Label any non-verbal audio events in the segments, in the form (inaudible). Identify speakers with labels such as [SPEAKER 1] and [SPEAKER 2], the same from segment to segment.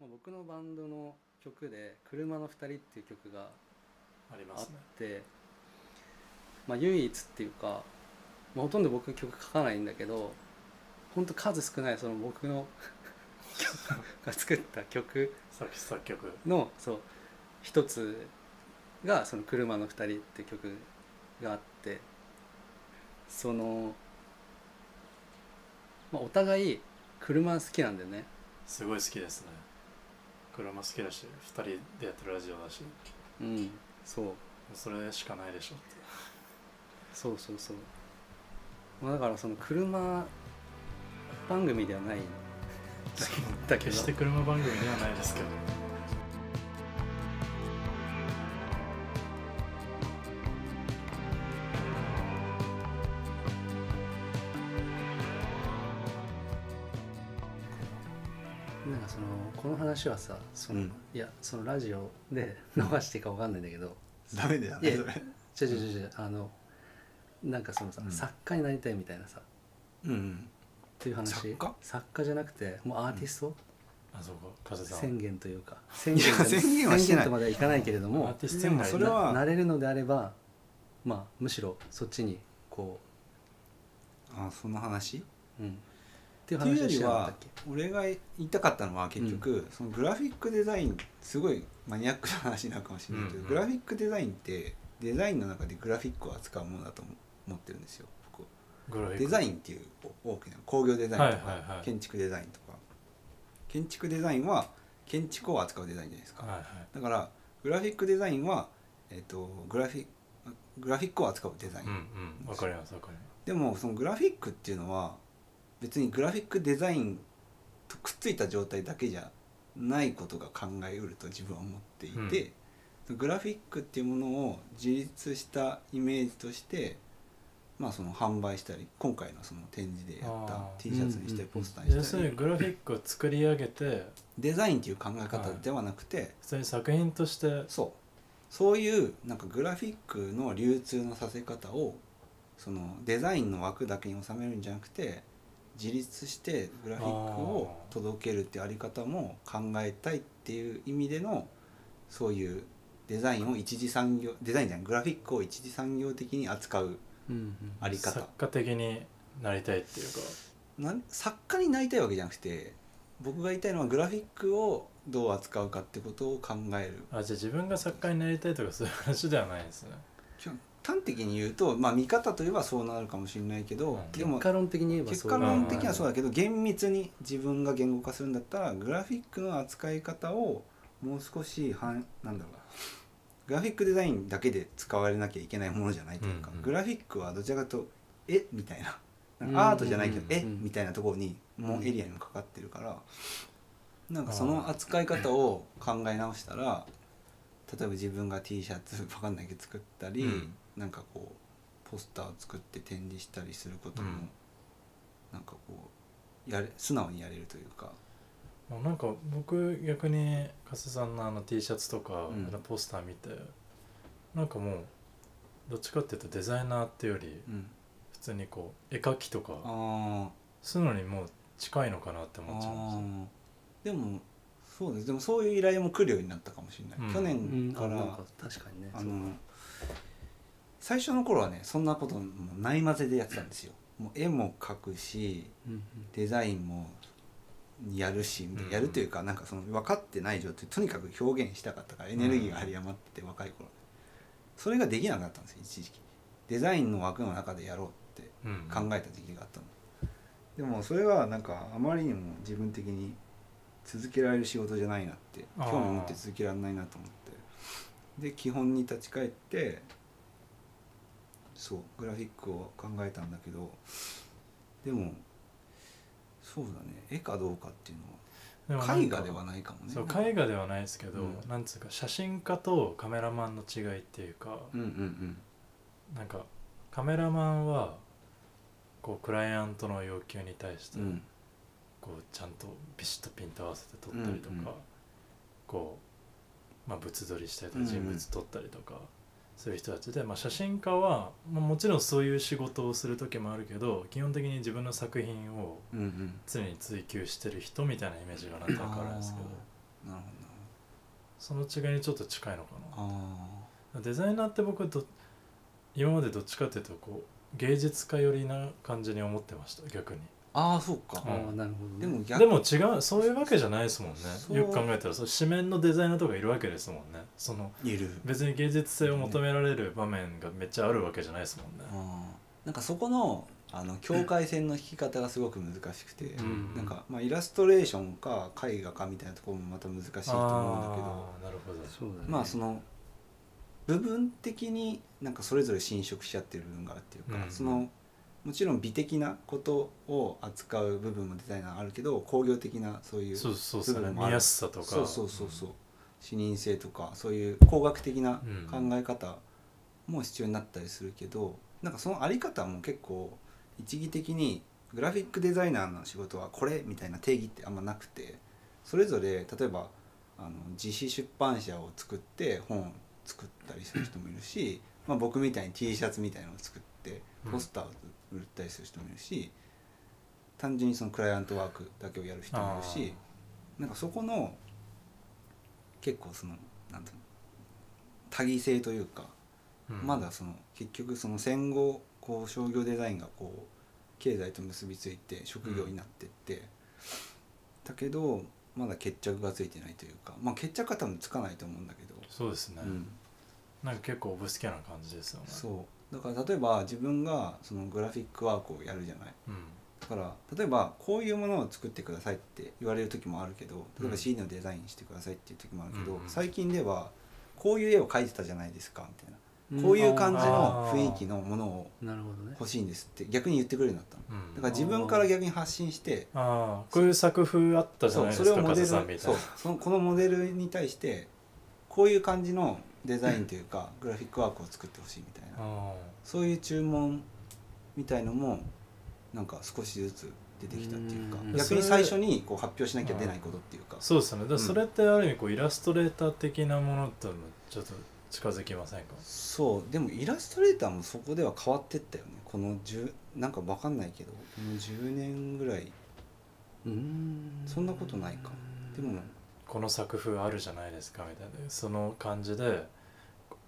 [SPEAKER 1] まあ僕のバンドの曲で「車の二人」っていう曲が
[SPEAKER 2] ありま
[SPEAKER 1] あっ
[SPEAKER 2] すね
[SPEAKER 1] て、まあ、唯一っていうか、まあ、ほとんど僕曲書かないんだけどほんと数少ないその僕
[SPEAKER 2] (laughs)
[SPEAKER 1] のが作った曲
[SPEAKER 2] 作詞作曲
[SPEAKER 1] のそう一つがその「車の二人」って曲があってその、まあ、お互い車好きなんだよね
[SPEAKER 2] すごい好きですね車好きだし2人でやってるラジオだし
[SPEAKER 1] うんそう
[SPEAKER 2] それしかないでしょって
[SPEAKER 1] そうそうそう、まあ、だからその車番組ではないだけ
[SPEAKER 2] 決
[SPEAKER 1] ど
[SPEAKER 2] して車番組ではないですけど
[SPEAKER 1] なんかそのこの話はさその、
[SPEAKER 3] うん
[SPEAKER 1] いやそのラジオで逃していいかわかんないんだけど
[SPEAKER 3] ダメだよ
[SPEAKER 1] いや
[SPEAKER 3] ねそれ
[SPEAKER 1] 違う違う違う違うあのなんかそのさ、
[SPEAKER 3] うん
[SPEAKER 1] 作家になりたいみたいなさっ
[SPEAKER 3] うん
[SPEAKER 1] ていう話
[SPEAKER 3] 作家
[SPEAKER 1] じゃなくてもうアーティスト、
[SPEAKER 2] あそこ風さん
[SPEAKER 1] 宣言というか宣言まで
[SPEAKER 3] 宣言はしてない
[SPEAKER 1] とまではいかないけれど
[SPEAKER 2] アー
[SPEAKER 1] も
[SPEAKER 2] ティストになりた
[SPEAKER 3] そ
[SPEAKER 2] い
[SPEAKER 3] れは
[SPEAKER 1] ななれるのであればまあむしろそっちにこ
[SPEAKER 3] あその話
[SPEAKER 1] う、うん、っていう
[SPEAKER 3] ってい
[SPEAKER 1] 話
[SPEAKER 3] うよ
[SPEAKER 1] をし
[SPEAKER 3] り
[SPEAKER 1] てなかった
[SPEAKER 3] は
[SPEAKER 1] っけ
[SPEAKER 3] 俺が言いたかったのは結局、そのグラフィックデザインすごいマニアックな話になるかもしれないけど、
[SPEAKER 2] うんうん
[SPEAKER 3] グラフィックデザインってデザインの中でグラフィックを扱うものだと思ってるんですよ僕は
[SPEAKER 2] グラフィック
[SPEAKER 3] デザインっていう大きな工業デザインとか、
[SPEAKER 2] はいはいはい
[SPEAKER 3] 建築デザインとか建築デザインは建築を扱うデザインじゃないですか、
[SPEAKER 2] はいはい
[SPEAKER 3] だからグラフィックデザインは、えっとグラフィグラフィックを扱うデザイン、
[SPEAKER 2] うんうんわかりますわかりま
[SPEAKER 3] でもそのグラフィックっていうのは別にグラフィックデザインとくっついた状態だけじゃないことが考えうると自分は思っていて、グラフィックっていうものを自立したイメージとしてまあその販売したり今回のその展示でやっ
[SPEAKER 2] あ
[SPEAKER 3] た
[SPEAKER 2] ー
[SPEAKER 3] T シャツに
[SPEAKER 1] うんうんう
[SPEAKER 3] した
[SPEAKER 1] ん
[SPEAKER 3] りポスター
[SPEAKER 2] す要
[SPEAKER 3] にし
[SPEAKER 2] す
[SPEAKER 3] たり、
[SPEAKER 2] るにグラフィックを作り上げて
[SPEAKER 3] デザインっていう考え方ではなくて、
[SPEAKER 2] 普通に作品として
[SPEAKER 3] そうそういうなんかグラフィックの流通のさせ方をそのデザインの枠だけに収めるんじゃなくて自立してグラフィックを
[SPEAKER 2] あー
[SPEAKER 3] 届けるってあり方も考えたいっていう意味でのそういうデザインを一次産業デザインじゃないグラフィックを一次産業的に扱う
[SPEAKER 1] うんうん
[SPEAKER 3] あり
[SPEAKER 2] 作
[SPEAKER 3] 方
[SPEAKER 2] 家的になりたいっていうか
[SPEAKER 3] なん作家になりたいわけじゃなくて僕が言いたいのはグラフィックをどう扱うかってことを考える
[SPEAKER 2] あじゃあ自分が作家になりたいとかそういう話ではないですね
[SPEAKER 3] 端的に言うと、まあ、見方といえばそうなるかもしれないけど、
[SPEAKER 2] うん
[SPEAKER 3] で
[SPEAKER 1] 結
[SPEAKER 3] も
[SPEAKER 1] 果論的に言えば
[SPEAKER 3] 結
[SPEAKER 1] そう
[SPEAKER 3] 果
[SPEAKER 2] まあ
[SPEAKER 3] 論的にはそうだけど厳密に自分が言語化するんだったらグラフィックの扱い方をもう少しはんなんだろうなグラフィックデザインだけで使われなきゃいけないものじゃないというか、
[SPEAKER 2] うんうん
[SPEAKER 3] グラフィックはどちらかというと「えみたいななん
[SPEAKER 1] うん
[SPEAKER 3] かアートじゃないけど
[SPEAKER 1] う
[SPEAKER 3] 「
[SPEAKER 1] ん
[SPEAKER 3] え
[SPEAKER 1] うん
[SPEAKER 3] みたいなところにもうエリアにもかかってるからなんかその扱い方を考え直したら例えば自分が T シャツわかんないけど作ったり、
[SPEAKER 2] うん
[SPEAKER 3] なんかこうポスターを作って展示したりすることも、
[SPEAKER 2] うん
[SPEAKER 3] なんかこうやれ素直にやれるというか
[SPEAKER 2] もうなんか僕逆に加瀬さんのあの T シャツとか、
[SPEAKER 3] うん
[SPEAKER 2] あのポスター見てなんかもうどっちかっていうとデザイナーってより
[SPEAKER 3] うん、
[SPEAKER 2] 普通にこう絵描きとか
[SPEAKER 3] あ
[SPEAKER 2] そういうのにもう近いのかなって
[SPEAKER 3] ー
[SPEAKER 2] 思っちゃいました
[SPEAKER 3] あーでもそうですでもそういう依頼も来るようになったかもしれない、
[SPEAKER 2] うん
[SPEAKER 3] 去
[SPEAKER 1] うん
[SPEAKER 3] 年
[SPEAKER 1] あ
[SPEAKER 3] から、
[SPEAKER 1] なんか確かにね
[SPEAKER 3] あ
[SPEAKER 1] そう
[SPEAKER 3] の最初の頃はねそんなこともないまぜでやってたんですよもう絵も描くし
[SPEAKER 1] うんうん
[SPEAKER 3] デザインもやるし
[SPEAKER 2] んうん
[SPEAKER 3] やるというかなんかその分かってない状態とにかく表現したかったからエネルギーが有り余ってて若い頃それができなかったんですよ一時期デザインの枠の中でやろうって
[SPEAKER 2] うん
[SPEAKER 3] 考えた時期があったのでもそれはなんかあまりにも自分的に続けられる仕事じゃないなって
[SPEAKER 2] あー
[SPEAKER 3] 興味持って続けられないなと思ってで基本に立ち返ってそうグラフィックを考えたんだけどでもそうだね絵かどうかっていう
[SPEAKER 2] で
[SPEAKER 3] の
[SPEAKER 2] もな
[SPEAKER 3] は
[SPEAKER 2] んか
[SPEAKER 3] 絵画ではないかもね
[SPEAKER 2] そう絵画ではないですけど、
[SPEAKER 3] うん
[SPEAKER 2] なんつうか写真家とカメラマンの違いっていうか、
[SPEAKER 3] うんうんうん
[SPEAKER 2] なんかカメラマンはこうクライアントの要求に対して、
[SPEAKER 3] うん
[SPEAKER 2] こうちゃんとビシッとピント合わせて撮ったりとか、
[SPEAKER 3] うんうん
[SPEAKER 2] こう、まあ、物撮りしたりとか
[SPEAKER 3] うんうん
[SPEAKER 2] 人物撮ったりとか、そういう人たちで、まあ、写真家は、まあ、もちろんそういう仕事をする時もあるけど基本的に自分の作品を
[SPEAKER 3] うんうん
[SPEAKER 2] 常に追求してる人みたいなイメージがなんとなくあるんですけど
[SPEAKER 3] あなる
[SPEAKER 2] その違いにちょっと近いのか
[SPEAKER 3] ほどあ
[SPEAKER 2] なデザイナーって僕ど今までどっちかっていうとこう芸術家寄りな感じに思ってました逆に
[SPEAKER 3] ーあーそうか、
[SPEAKER 2] うん
[SPEAKER 1] ああなるほどね
[SPEAKER 3] でも逆
[SPEAKER 2] でも違うそういうわけじゃないですもん
[SPEAKER 3] そ
[SPEAKER 2] ね
[SPEAKER 3] う
[SPEAKER 2] よく考えたらそう紙面のデザイナーとかいるわけですもんねその
[SPEAKER 3] いる
[SPEAKER 2] 別に芸術性を求められる場面がめっちゃあるわけじゃないですもんね
[SPEAKER 3] あーなんかそこのあの境界線の引き方がすごく難しくて、
[SPEAKER 1] うん
[SPEAKER 3] なんか、まあ、イラストレーションか絵画かみたいなところもまた難しいと思うんだけど
[SPEAKER 2] あーなるほど
[SPEAKER 1] そうだね
[SPEAKER 3] まあその部分的になんかそれぞれ侵食しちゃってる部分があるっていうか、
[SPEAKER 2] うん
[SPEAKER 3] そのもちろん美的なことを扱う部分もデザイナーあるけど工業的なそういう
[SPEAKER 2] そうそうそう、
[SPEAKER 3] 部分もあ
[SPEAKER 2] 見
[SPEAKER 3] る
[SPEAKER 2] やすさとか
[SPEAKER 3] そうそうそうそうう視認性とかそういう工学的な考え方も必要になったりするけど、なんかそのあり方も結構一義的にグラフィックデザイナーの仕事はこれみたいな定義ってあんまなくてそれぞれ例えばあの自費出版社を作って本を作ったりする人もいるし、まあ、僕みたいに T シャツみたいなのを作って
[SPEAKER 2] うん
[SPEAKER 3] ポスターを売ったりする人もいるし、単純にそのクライアントワークだけをやる人もいるし。なんかそこの結構そのなんていうの多義性というか、
[SPEAKER 2] あー、うん
[SPEAKER 3] まだその結局その戦後こう商業デザインがこう経済と結びついて職業になってって、だけどまだ決着がついてないというかまあ決着は多分つかないと思うんだけど、
[SPEAKER 2] そうですね、
[SPEAKER 3] うん、
[SPEAKER 2] なんか結構オブスキャな感じですよね
[SPEAKER 3] そうだから例えば自分がそのグラフィックワークをやるじゃない。
[SPEAKER 2] うん、
[SPEAKER 3] だから例えばこういうものを作ってくださいって言われる時もあるけど例え
[SPEAKER 2] う
[SPEAKER 3] ば
[SPEAKER 2] ん
[SPEAKER 3] CD のデザインしてくださいっていう時もあるけど、
[SPEAKER 2] うんうん
[SPEAKER 3] 最近ではこういう絵を描いてたじゃないですかみたいな、こういう感じの雰囲気のものを
[SPEAKER 1] じなるほどね
[SPEAKER 3] 欲しいんですって逆に言ってくれるようになったの
[SPEAKER 2] うん、
[SPEAKER 3] だから自分から逆に発信して
[SPEAKER 2] ああこういう作風あったじゃ
[SPEAKER 3] そ
[SPEAKER 2] ないうです
[SPEAKER 3] そ
[SPEAKER 2] か
[SPEAKER 3] れをモデ
[SPEAKER 2] 風
[SPEAKER 3] ル
[SPEAKER 2] さんみたい
[SPEAKER 3] そう
[SPEAKER 2] な
[SPEAKER 3] そのこのモデルに対してこういう感じのデザインというかグラフィックワークを作ってほしいみたいな
[SPEAKER 2] あ
[SPEAKER 3] そういう注文みたいのもなんか少しずつ出てきたっていうか
[SPEAKER 1] うん
[SPEAKER 3] 逆に最初にこう発表しなきゃ出ないことっていうか
[SPEAKER 2] あそうですねだから
[SPEAKER 3] うん
[SPEAKER 2] それってある意味こうイラストレーター的なものともちょっと近づきませんか
[SPEAKER 3] そうでもイラストレーターもそこでは変わってったよねこの10なんかわかんないけどこの10年ぐらい
[SPEAKER 1] うん
[SPEAKER 3] そんなことないかでも
[SPEAKER 2] この作風あるじゃないですかみたいなその感じで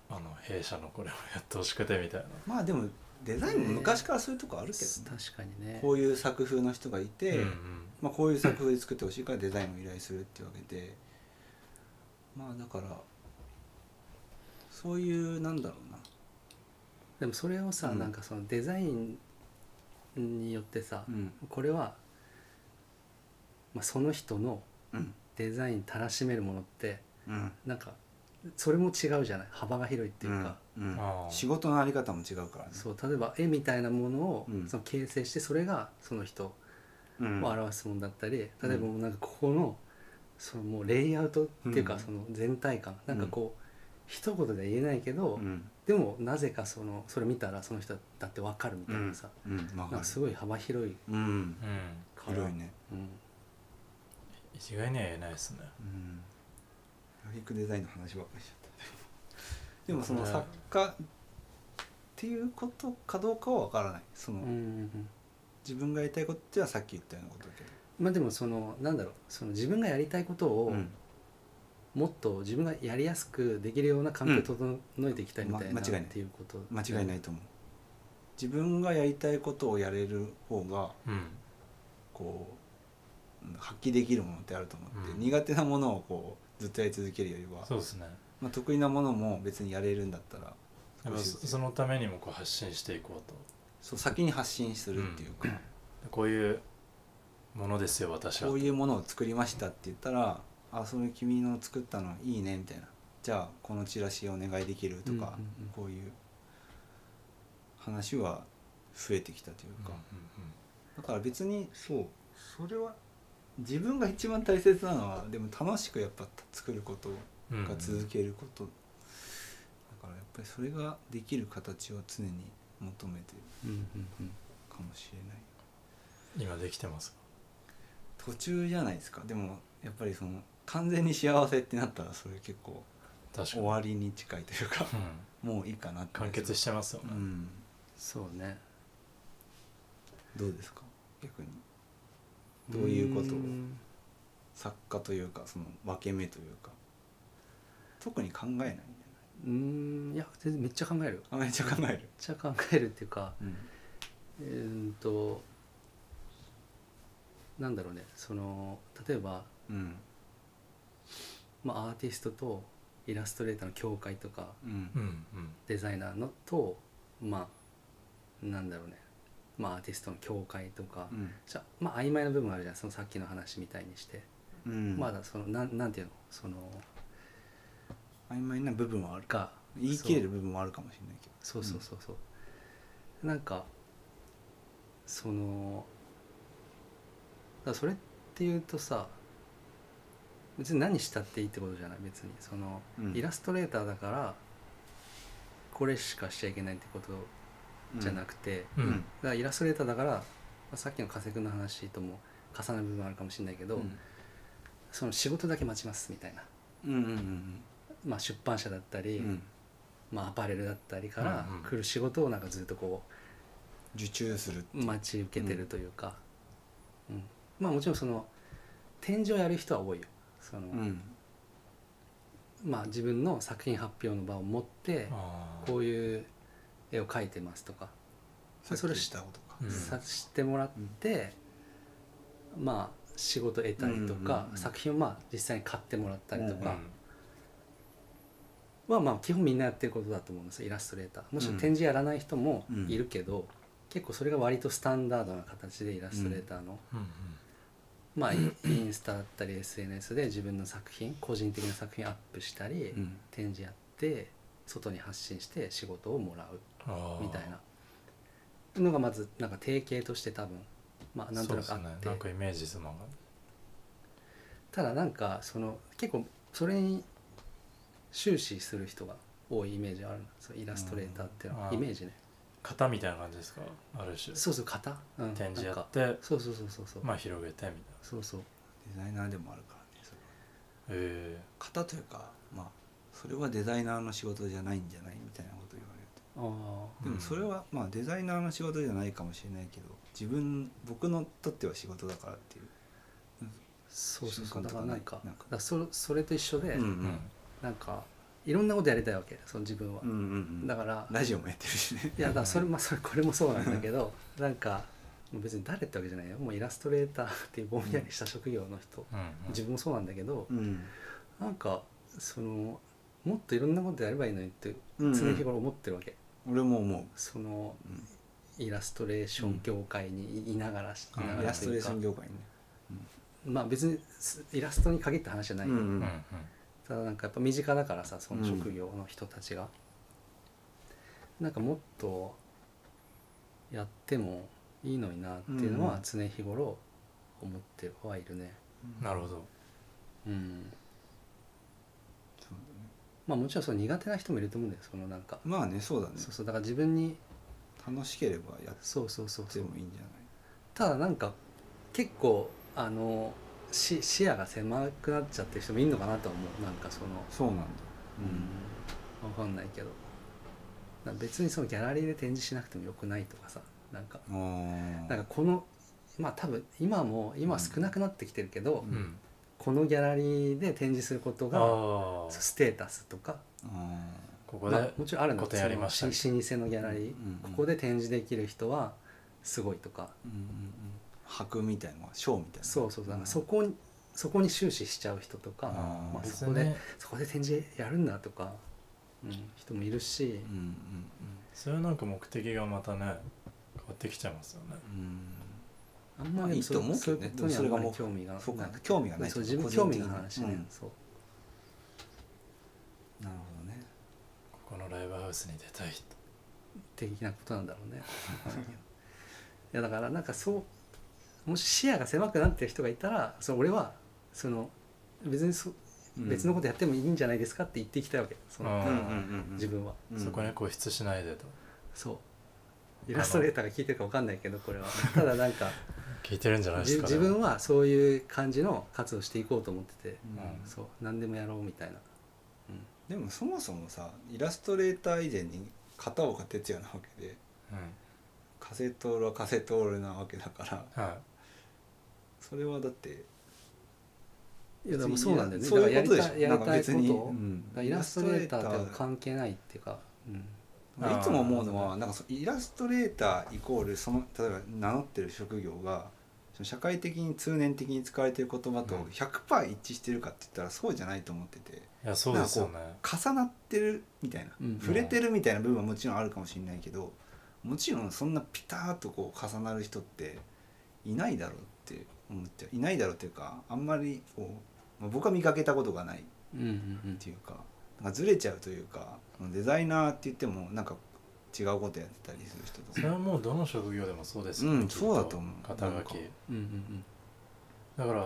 [SPEAKER 2] あの弊社のこれをやってほしくてみたいな
[SPEAKER 3] まあでもデザインも昔からそういうとこあるけどね
[SPEAKER 1] 確かにね
[SPEAKER 3] こういう作風の人がいて、
[SPEAKER 2] うん
[SPEAKER 3] まあ、こういう作風で作ってほしいからデザインを依頼するってわけでまあだからそういうなんだろうな
[SPEAKER 1] でもそれをさ、
[SPEAKER 3] うん
[SPEAKER 1] なんかそのデザインによってさ、
[SPEAKER 3] うん
[SPEAKER 1] これは、まあ、その人の
[SPEAKER 3] うん
[SPEAKER 1] デザインたらしめるものって
[SPEAKER 3] うん
[SPEAKER 1] なんかそれも違うじゃない幅が広いっていうか、
[SPEAKER 3] うんうん
[SPEAKER 2] ああ
[SPEAKER 3] 仕事のあり方も違うからね
[SPEAKER 1] そう例えば絵みたいなものを、
[SPEAKER 3] うん
[SPEAKER 1] その形成してそれがその人を
[SPEAKER 3] うん
[SPEAKER 1] 表すものだったり、
[SPEAKER 3] うん
[SPEAKER 1] 例えばもうなんかここのそのもうレイアウトっていうか、
[SPEAKER 3] うん
[SPEAKER 1] その全体感なんかこう、一言では言えないけど、
[SPEAKER 3] うん
[SPEAKER 1] でもなぜかそのそれ見たらその人だってわかるみたいなさ、
[SPEAKER 3] うんわか
[SPEAKER 1] なん
[SPEAKER 3] る
[SPEAKER 1] かすごい幅広い
[SPEAKER 3] うん
[SPEAKER 2] うん
[SPEAKER 1] から
[SPEAKER 3] 広いね
[SPEAKER 1] うん
[SPEAKER 2] 一概には言えないですね
[SPEAKER 3] うんグラフィックデザインの話ばっかりしちゃったでもその
[SPEAKER 2] ね
[SPEAKER 3] 作家っていうことかどうかは分からないそ
[SPEAKER 1] う
[SPEAKER 3] の、
[SPEAKER 1] んうんうん
[SPEAKER 3] 自分がやりたいことってはさっき言ったようなことだけど
[SPEAKER 1] まあでもそのなんだろうその自分がやりたいことを
[SPEAKER 3] うん
[SPEAKER 1] もっと自分がやりやすくできるような環境を整えていきたいみたいな
[SPEAKER 3] ま間違いない
[SPEAKER 1] っていうこと
[SPEAKER 3] 間違いないと思う自分がやりたいことをやれる方が
[SPEAKER 2] うん
[SPEAKER 3] こううん発揮できるものってあると思って、
[SPEAKER 2] うん
[SPEAKER 3] 苦手なものをこうずっとやり続けるよりは、
[SPEAKER 2] そうですね
[SPEAKER 3] まあ、得意なものも別にやれるんだったら
[SPEAKER 2] やっぱそそのためにもこう発信していこうと
[SPEAKER 3] そう先に発信するっていうか、
[SPEAKER 2] こういうものですよ私は
[SPEAKER 3] こういうものを作りましたって言ったら「あそれ君の作ったのいいね」みたいな「じゃあこのチラシお願いできる」
[SPEAKER 1] う
[SPEAKER 3] とか、
[SPEAKER 1] んうんうん
[SPEAKER 3] こういう話は増えてきたという
[SPEAKER 2] うん
[SPEAKER 3] か、
[SPEAKER 2] う
[SPEAKER 3] だから別にそうそれは自分が一番大切なのはでも楽しくやっぱ作ること
[SPEAKER 2] んうん
[SPEAKER 3] が
[SPEAKER 2] うん
[SPEAKER 3] 続けること、だからやっぱりそれができる形を常に求めてる
[SPEAKER 1] うんうんうん
[SPEAKER 3] かもしれない。
[SPEAKER 2] 今できてます
[SPEAKER 3] 途中じゃないですかでもやっぱりその完全に幸せってなったらそれ結構
[SPEAKER 2] 確か
[SPEAKER 3] 終
[SPEAKER 2] に、うん、
[SPEAKER 3] わりに近いというかもういいかなって
[SPEAKER 2] 完結
[SPEAKER 3] し
[SPEAKER 2] してますよね、
[SPEAKER 3] うん
[SPEAKER 1] そうね
[SPEAKER 3] どうですか逆にどういうことを
[SPEAKER 1] ん
[SPEAKER 3] 作家というかその分け目というか特に考えないんだよね
[SPEAKER 1] うーんいや全然めっちゃ考えるよめっ
[SPEAKER 3] あめっちゃ考える、
[SPEAKER 1] ちゃ考えるっていうか
[SPEAKER 3] うん
[SPEAKER 1] うーんとなんだろうねその例えば、
[SPEAKER 3] うん
[SPEAKER 1] まあ、アーティストとイラストレーターの境界とか
[SPEAKER 3] うん
[SPEAKER 2] うんうん
[SPEAKER 1] デザイナーのとまあなんだろうねまあアーティストの境界とか、
[SPEAKER 3] うん
[SPEAKER 1] じゃまあ曖昧な部分あるじゃんそのさっきの話みたいにして、
[SPEAKER 3] うん
[SPEAKER 1] まだそのなんなんていうのその
[SPEAKER 3] 曖昧な部分はあるか
[SPEAKER 1] が
[SPEAKER 3] 言い切れる部分もあるかもしれないけど
[SPEAKER 1] そうそうそうそう、なんかそのだからそれっていうとさ別に何したっていいってことじゃない別にその、
[SPEAKER 3] うん
[SPEAKER 1] イラストレーターだからこれしかしちゃいけないってことじゃな
[SPEAKER 3] く
[SPEAKER 1] くて、
[SPEAKER 2] う
[SPEAKER 3] うんん
[SPEAKER 1] だからイラストレーターだから、まあさっきの加瀬君の話とも重なる部分あるかもしれないけど、その仕事だけ待ちますみたいな、
[SPEAKER 3] うんうんうん
[SPEAKER 1] まあ、出版社だったり、
[SPEAKER 3] うんうん
[SPEAKER 1] まあ、アパレルだったりから
[SPEAKER 2] うんうん
[SPEAKER 1] 来る仕事をなんかずっとこ
[SPEAKER 3] 受注する
[SPEAKER 1] う待ち受けてるというか、うんまあもちろんその展示をやる人は多いよその、
[SPEAKER 3] うん
[SPEAKER 1] まあ、自分の作品発表の場を持って
[SPEAKER 2] あー
[SPEAKER 1] こういう絵を描いてますとか
[SPEAKER 3] さっ
[SPEAKER 1] それ
[SPEAKER 3] きしたことか
[SPEAKER 2] うん
[SPEAKER 1] さしてもらって、まあ仕事得たりと
[SPEAKER 3] うん
[SPEAKER 1] か、
[SPEAKER 3] うんうん
[SPEAKER 1] 作品をまあ実際に買ってもらったりと
[SPEAKER 3] うんう
[SPEAKER 1] かはまあ基本みんなやってることだと思うんですよイラストレーターもし
[SPEAKER 3] うん
[SPEAKER 1] 展示やらない人も
[SPEAKER 3] うん
[SPEAKER 1] いるけど、結構それが割とスタンダードな形でイラストレーターの、
[SPEAKER 2] うん
[SPEAKER 1] まあインスタだったり SNS で自分の作品個人的な作品アップしたり、
[SPEAKER 3] うん
[SPEAKER 1] 展示やって外に発信して仕事をもらう
[SPEAKER 2] うん
[SPEAKER 1] みたいなのがまずなんか定型として多分まあなんとなくあ
[SPEAKER 2] そう
[SPEAKER 1] っ
[SPEAKER 2] ですね
[SPEAKER 1] て
[SPEAKER 2] なんかイメージするのが
[SPEAKER 1] ただなんかその結構それに終始する人が多いイメージあるのそのイラストレーターっていうのは
[SPEAKER 2] うん
[SPEAKER 1] イメージね
[SPEAKER 2] 型みたいな感じですかある種
[SPEAKER 1] そうそう型、うん、
[SPEAKER 2] 展示や
[SPEAKER 1] なんか
[SPEAKER 2] って
[SPEAKER 1] そうそうそうそうそう、
[SPEAKER 2] まあ広げてみたいな
[SPEAKER 1] そうそう
[SPEAKER 3] デザイナーでもあるからねそれは
[SPEAKER 2] え
[SPEAKER 3] 型というかまあそれはデザイナーの仕事じゃないんじゃないみたいなこと言わ
[SPEAKER 1] ああ
[SPEAKER 3] れてでもそれはまあデザイナーの仕事じゃないかもしれないけど自分僕のとっては仕事だからっていう
[SPEAKER 1] そうそうそう
[SPEAKER 3] 瞬間
[SPEAKER 1] だか
[SPEAKER 3] とからな
[SPEAKER 1] ないんか
[SPEAKER 3] なんか
[SPEAKER 1] だからそそれと一緒で、
[SPEAKER 3] うん
[SPEAKER 2] うん
[SPEAKER 1] なんかいろんなことやりたいわけその自分は、
[SPEAKER 3] うんうんうん
[SPEAKER 1] だから
[SPEAKER 3] ラジオもやってるしね
[SPEAKER 1] いやだからそれ,、まあ、それこれもそうなんだけど (laughs) なんかもう別に誰ってわけじゃないよもうイラストレーターっていうぼんやりした職業の人、
[SPEAKER 2] うんうん
[SPEAKER 1] 自分もそうなんだけど、
[SPEAKER 3] うん
[SPEAKER 1] なんかそのもっといろんなことやればいいのにって
[SPEAKER 3] う
[SPEAKER 1] 常
[SPEAKER 3] ん
[SPEAKER 1] 日頃思ってるわけ、
[SPEAKER 3] 俺も思
[SPEAKER 1] その
[SPEAKER 3] う、うん
[SPEAKER 1] イラストレーション業界にいながらし、
[SPEAKER 2] うん
[SPEAKER 1] いなが
[SPEAKER 3] イ
[SPEAKER 1] ら
[SPEAKER 3] ラス
[SPEAKER 1] と
[SPEAKER 3] ト
[SPEAKER 1] い
[SPEAKER 3] レー
[SPEAKER 1] う
[SPEAKER 3] ショ
[SPEAKER 1] か
[SPEAKER 3] ン業界ね
[SPEAKER 1] まあ別にすイラストに限った話じゃないよ、
[SPEAKER 2] うんうん
[SPEAKER 1] ただなんかやっぱ身近だからさその職業の人たちが、なんかもっとやってもいいのになっていうのは常日頃思ってはいるね、
[SPEAKER 2] なるほど
[SPEAKER 1] うん、
[SPEAKER 3] そうだね
[SPEAKER 1] まあもちろんその苦手な人もいると思うんだよそのなんか、
[SPEAKER 3] まあねそうだね
[SPEAKER 1] そうそうだから自分に
[SPEAKER 3] 楽しければやっ
[SPEAKER 1] そうそうそう
[SPEAKER 3] て
[SPEAKER 1] そう
[SPEAKER 3] もいいんじゃない
[SPEAKER 1] ただなんか結構あのし視野が狭くなっちゃってる人もいるのかなとは思うなんかその
[SPEAKER 3] そうなんだ
[SPEAKER 1] わかんないけどなんか別にそのギャラリーで展示しなくてもよくないとかさなんか
[SPEAKER 3] うんあ
[SPEAKER 1] なんかこのまあ多分今も今少なくなってきてるけど、
[SPEAKER 2] う
[SPEAKER 3] う
[SPEAKER 2] ん
[SPEAKER 1] このギャラリーで展示すること
[SPEAKER 2] あ
[SPEAKER 1] が
[SPEAKER 2] あ
[SPEAKER 1] そうステータスとか、
[SPEAKER 2] ここ
[SPEAKER 1] ま
[SPEAKER 2] で
[SPEAKER 1] あ、もちろんあるの
[SPEAKER 2] 個展やりましたね
[SPEAKER 1] そのし老舗のギャラリー、
[SPEAKER 3] うんうん
[SPEAKER 1] ここで展示できる人はすごいとか、
[SPEAKER 3] 白みたいなショーみたいな
[SPEAKER 1] そうそうそうなんかそ
[SPEAKER 3] っ
[SPEAKER 1] こにそこに終始しちゃう人とか、
[SPEAKER 3] あー
[SPEAKER 1] まあ、
[SPEAKER 2] 別
[SPEAKER 1] そ
[SPEAKER 2] に
[SPEAKER 1] こで
[SPEAKER 2] ね
[SPEAKER 1] そこで展示やるんだとか、うん、人もいるし
[SPEAKER 3] うんうん
[SPEAKER 2] それなんか目的がまたね変わってきちゃいますよね
[SPEAKER 3] うんうん
[SPEAKER 1] あんま
[SPEAKER 3] まあい
[SPEAKER 1] り
[SPEAKER 3] いと思うけどね
[SPEAKER 1] そういうことにあんま
[SPEAKER 3] で
[SPEAKER 1] り
[SPEAKER 3] もそ
[SPEAKER 1] 興味が
[SPEAKER 3] そう
[SPEAKER 1] な
[SPEAKER 3] か
[SPEAKER 1] い
[SPEAKER 3] 興味がない
[SPEAKER 1] そう
[SPEAKER 3] と
[SPEAKER 1] 自分
[SPEAKER 3] 個
[SPEAKER 1] 興
[SPEAKER 3] 人
[SPEAKER 1] 味
[SPEAKER 3] 的
[SPEAKER 1] の
[SPEAKER 3] に
[SPEAKER 1] 話ね、
[SPEAKER 3] うん
[SPEAKER 1] そう
[SPEAKER 3] なるほどね
[SPEAKER 2] ここのライブハウスに出たいと
[SPEAKER 1] 的なことなんだろうね (laughs) いやだからなんかそうもし視野が狭くなってる人がいたらその俺はその別にそ別のことやってもいいんじゃないですかって言っていきたいわけその
[SPEAKER 2] あー
[SPEAKER 1] 自分は、
[SPEAKER 2] そこ
[SPEAKER 3] ね
[SPEAKER 2] に固執しないでと
[SPEAKER 1] そうイラストレーターが聞いてるか分かんないけどこ
[SPEAKER 3] (laughs)
[SPEAKER 1] れはただなんか
[SPEAKER 2] 聞いてるんじゃないで
[SPEAKER 1] じ
[SPEAKER 2] すかね
[SPEAKER 1] 自分はそういう感じの活動をしていこうと思ってて、
[SPEAKER 2] うん
[SPEAKER 1] そう何でもやろうみたいな、うん、
[SPEAKER 3] でもそもそもさイラストレーター以前に片岡哲也なわけで
[SPEAKER 2] うん
[SPEAKER 3] カセトールはカセトールなわけだから
[SPEAKER 2] は
[SPEAKER 3] それはだって
[SPEAKER 1] いやでもそうなんだよね
[SPEAKER 3] そういうことでし
[SPEAKER 1] だか
[SPEAKER 3] ょ
[SPEAKER 1] らやりたい
[SPEAKER 3] なんか別
[SPEAKER 1] やり
[SPEAKER 3] に
[SPEAKER 1] たいこと
[SPEAKER 3] うん
[SPEAKER 1] イラストレーターとは
[SPEAKER 3] イラストレータ
[SPEAKER 1] 関係ないっていうか、うん、
[SPEAKER 3] まあ
[SPEAKER 2] あー
[SPEAKER 3] いつも思うのはなんかそのイラストレーターイコールその例えば名乗ってる職業がその社会的に通念的に使われてる言葉と
[SPEAKER 2] うん
[SPEAKER 3] 100%一致してるかって言ったらそうじゃないと思ってて
[SPEAKER 2] いやそうですよね
[SPEAKER 3] 重なってるみたいな、
[SPEAKER 1] うん
[SPEAKER 3] 触れてるみたいな部分はもちろんあるかもしれないけどもちろんそんなピターッとこう重なる人っていないだろうって思っちゃういないだろうっていうかあんまりこう、まあ僕は見かけたことがない
[SPEAKER 1] うんうんうん
[SPEAKER 3] っていうかなんかずれちゃうというかデザイナーって言ってもなんか違うことやってたりする人
[SPEAKER 2] そ
[SPEAKER 3] と
[SPEAKER 2] れ
[SPEAKER 3] か
[SPEAKER 2] はもうどの職業でもそうです
[SPEAKER 3] うん
[SPEAKER 2] きっ
[SPEAKER 3] そうだと思う
[SPEAKER 2] 肩書
[SPEAKER 3] なんか
[SPEAKER 2] き
[SPEAKER 1] うんうん
[SPEAKER 2] だから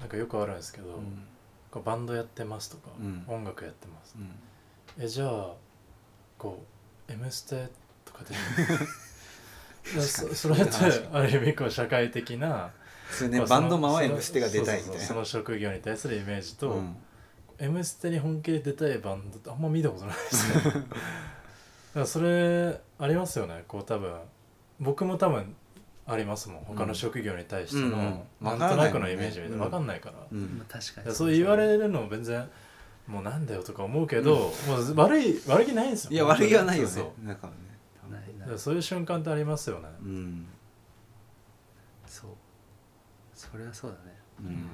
[SPEAKER 2] なんかよくあるんですけど、
[SPEAKER 1] うん
[SPEAKER 2] こうバンドやってますとか、
[SPEAKER 3] うん
[SPEAKER 2] 音楽やってます
[SPEAKER 3] うん
[SPEAKER 2] えじゃあこう「M ステ」とかで
[SPEAKER 3] (laughs)
[SPEAKER 2] いやそそれって
[SPEAKER 3] そういう話
[SPEAKER 2] ある意味こう社会的な、
[SPEAKER 3] それね
[SPEAKER 2] まあ
[SPEAKER 3] バンド
[SPEAKER 2] その
[SPEAKER 3] マン M ステが出たいみ
[SPEAKER 2] そうそう
[SPEAKER 3] たい
[SPEAKER 2] そ
[SPEAKER 3] な
[SPEAKER 2] の職業に対するイメージと「
[SPEAKER 3] うん
[SPEAKER 2] M ステ」に本気で出たいバンドってあんま見たことないです
[SPEAKER 3] (laughs)
[SPEAKER 2] ねだからそれありますよねこう多分僕も多分ありますもん他の職業に対して
[SPEAKER 3] うん
[SPEAKER 2] の、
[SPEAKER 3] うんうん
[SPEAKER 2] なんとなく
[SPEAKER 3] わからな
[SPEAKER 2] の
[SPEAKER 3] い
[SPEAKER 2] イ
[SPEAKER 3] もんね
[SPEAKER 2] メージみたいな
[SPEAKER 3] うん
[SPEAKER 2] 分かんないから、
[SPEAKER 3] う
[SPEAKER 1] うんま
[SPEAKER 3] ん
[SPEAKER 1] あ確か
[SPEAKER 2] いや
[SPEAKER 1] に
[SPEAKER 2] そう言われるの全然もうなんだよとか思うけど、もう悪い悪気ないんですよ
[SPEAKER 3] いや悪気はないよ
[SPEAKER 2] そう
[SPEAKER 3] ね
[SPEAKER 2] そう
[SPEAKER 3] だから
[SPEAKER 1] な
[SPEAKER 3] ね
[SPEAKER 1] い
[SPEAKER 2] だ
[SPEAKER 1] な
[SPEAKER 2] からそういう瞬間ってありますよね、
[SPEAKER 3] うん
[SPEAKER 1] そうそれはそうだね
[SPEAKER 3] うん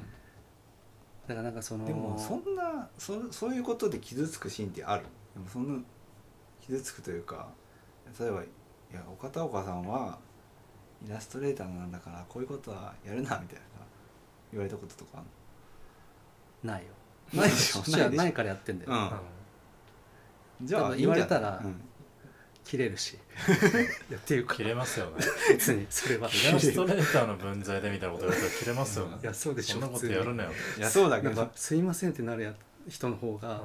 [SPEAKER 1] だからなんかその
[SPEAKER 3] でもそんなそそういうことで傷つくシーンってあるでもそんな傷つくというか例えばいや岡田岡さんはイラストレーターなんだからこういうことはやるなみたいな言われたこととかあんの
[SPEAKER 1] ないよ
[SPEAKER 3] ないでし
[SPEAKER 1] そ
[SPEAKER 3] ょ
[SPEAKER 1] っちは
[SPEAKER 3] ないでしょ
[SPEAKER 1] ないからやってんだよ、
[SPEAKER 3] うんじゃ
[SPEAKER 1] 多
[SPEAKER 3] あ
[SPEAKER 1] 分言われた
[SPEAKER 3] い
[SPEAKER 1] ら
[SPEAKER 3] いん
[SPEAKER 1] 切れる
[SPEAKER 3] (laughs)
[SPEAKER 1] しいやっていうか
[SPEAKER 2] 切れますよね
[SPEAKER 1] 別にそれは
[SPEAKER 2] イラス
[SPEAKER 1] い
[SPEAKER 2] トレーターの分際でみたいなこと言われたら切れますよね
[SPEAKER 1] やそうでしょ
[SPEAKER 2] そんなこと
[SPEAKER 1] 普通に
[SPEAKER 2] やるなよ
[SPEAKER 3] じゃないいやそうだけ
[SPEAKER 1] なん
[SPEAKER 3] ど
[SPEAKER 1] かすいませんってなるや人の方が、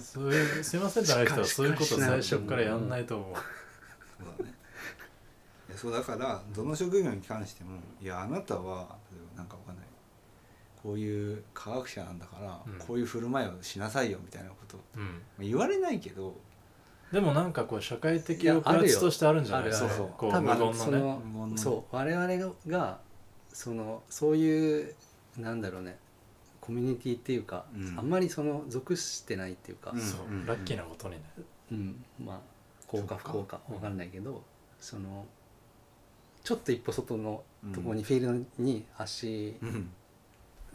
[SPEAKER 2] そういうすいませんじゃない人はそういうことを最初からやんないと思う
[SPEAKER 3] そうだねいやそうだからどの職業に関してもいやあなたは例えばなんかわかんないこういう科学者なんだから、
[SPEAKER 2] うん
[SPEAKER 3] こういう振る舞いをしなさいよみたいなこと
[SPEAKER 2] うん
[SPEAKER 3] まあ言われないけど
[SPEAKER 2] でもなんかこう社会的抑圧としてあるんじゃない
[SPEAKER 1] い
[SPEAKER 2] で
[SPEAKER 1] や
[SPEAKER 2] す
[SPEAKER 1] ある
[SPEAKER 2] か
[SPEAKER 1] よ
[SPEAKER 3] あるある
[SPEAKER 1] 多分
[SPEAKER 2] こう無言
[SPEAKER 1] そ
[SPEAKER 2] のね
[SPEAKER 1] の
[SPEAKER 3] 無言の
[SPEAKER 1] そう我々がそのそういうなんだろうねコミュニティっていうか、
[SPEAKER 3] うん
[SPEAKER 1] あんまりその属してないっていうか、
[SPEAKER 3] うん
[SPEAKER 2] そう
[SPEAKER 3] うん
[SPEAKER 2] ラッキーなことにね
[SPEAKER 1] うん、まあ幸か
[SPEAKER 3] そ
[SPEAKER 1] 不
[SPEAKER 3] っか
[SPEAKER 1] 幸か
[SPEAKER 2] うん
[SPEAKER 1] 分かんないけどそのちょっと一歩外のところ
[SPEAKER 3] に、
[SPEAKER 1] にフィールドに足
[SPEAKER 3] うん、飲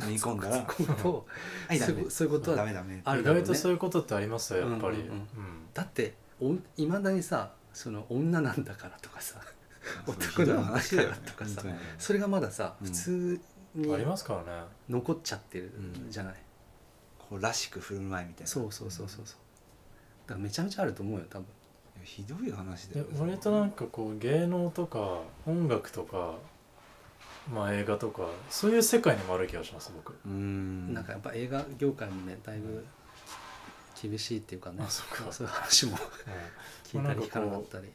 [SPEAKER 3] み込んだ
[SPEAKER 1] 突っ
[SPEAKER 3] ら
[SPEAKER 1] 込むと
[SPEAKER 3] 「はいダ
[SPEAKER 1] そう
[SPEAKER 3] メ
[SPEAKER 1] いうそういうこと
[SPEAKER 3] ダ
[SPEAKER 1] は
[SPEAKER 3] メダメ」
[SPEAKER 1] ある
[SPEAKER 2] 意
[SPEAKER 1] だろう
[SPEAKER 2] 外
[SPEAKER 1] ね
[SPEAKER 2] とそういうことってありますよやっぱり
[SPEAKER 1] うんうんうん
[SPEAKER 2] うん
[SPEAKER 1] だっていまだにさその女なんだからとかさ
[SPEAKER 3] そう
[SPEAKER 1] 男の話だよ
[SPEAKER 3] ひどい
[SPEAKER 1] とかさ
[SPEAKER 3] 本当に
[SPEAKER 1] それがまださ
[SPEAKER 3] うん
[SPEAKER 1] 普通に
[SPEAKER 2] ありますからね
[SPEAKER 1] 残っちゃってるじゃない、
[SPEAKER 3] こうらしく振る舞いみたいな
[SPEAKER 1] そうそうそうそうそうだからめちゃめちゃあると思うよ多分
[SPEAKER 3] いやひどい話だ
[SPEAKER 2] で
[SPEAKER 3] よ
[SPEAKER 2] 割となんかこう芸能とか音楽とか、まあ、映画とかそういう世界にもある気がします僕
[SPEAKER 3] うーん
[SPEAKER 1] なんかやっぱ映画業界もねだいぶ厳しいっていうかね
[SPEAKER 2] あそっか
[SPEAKER 1] そういう話も聞いたり聞かなかったり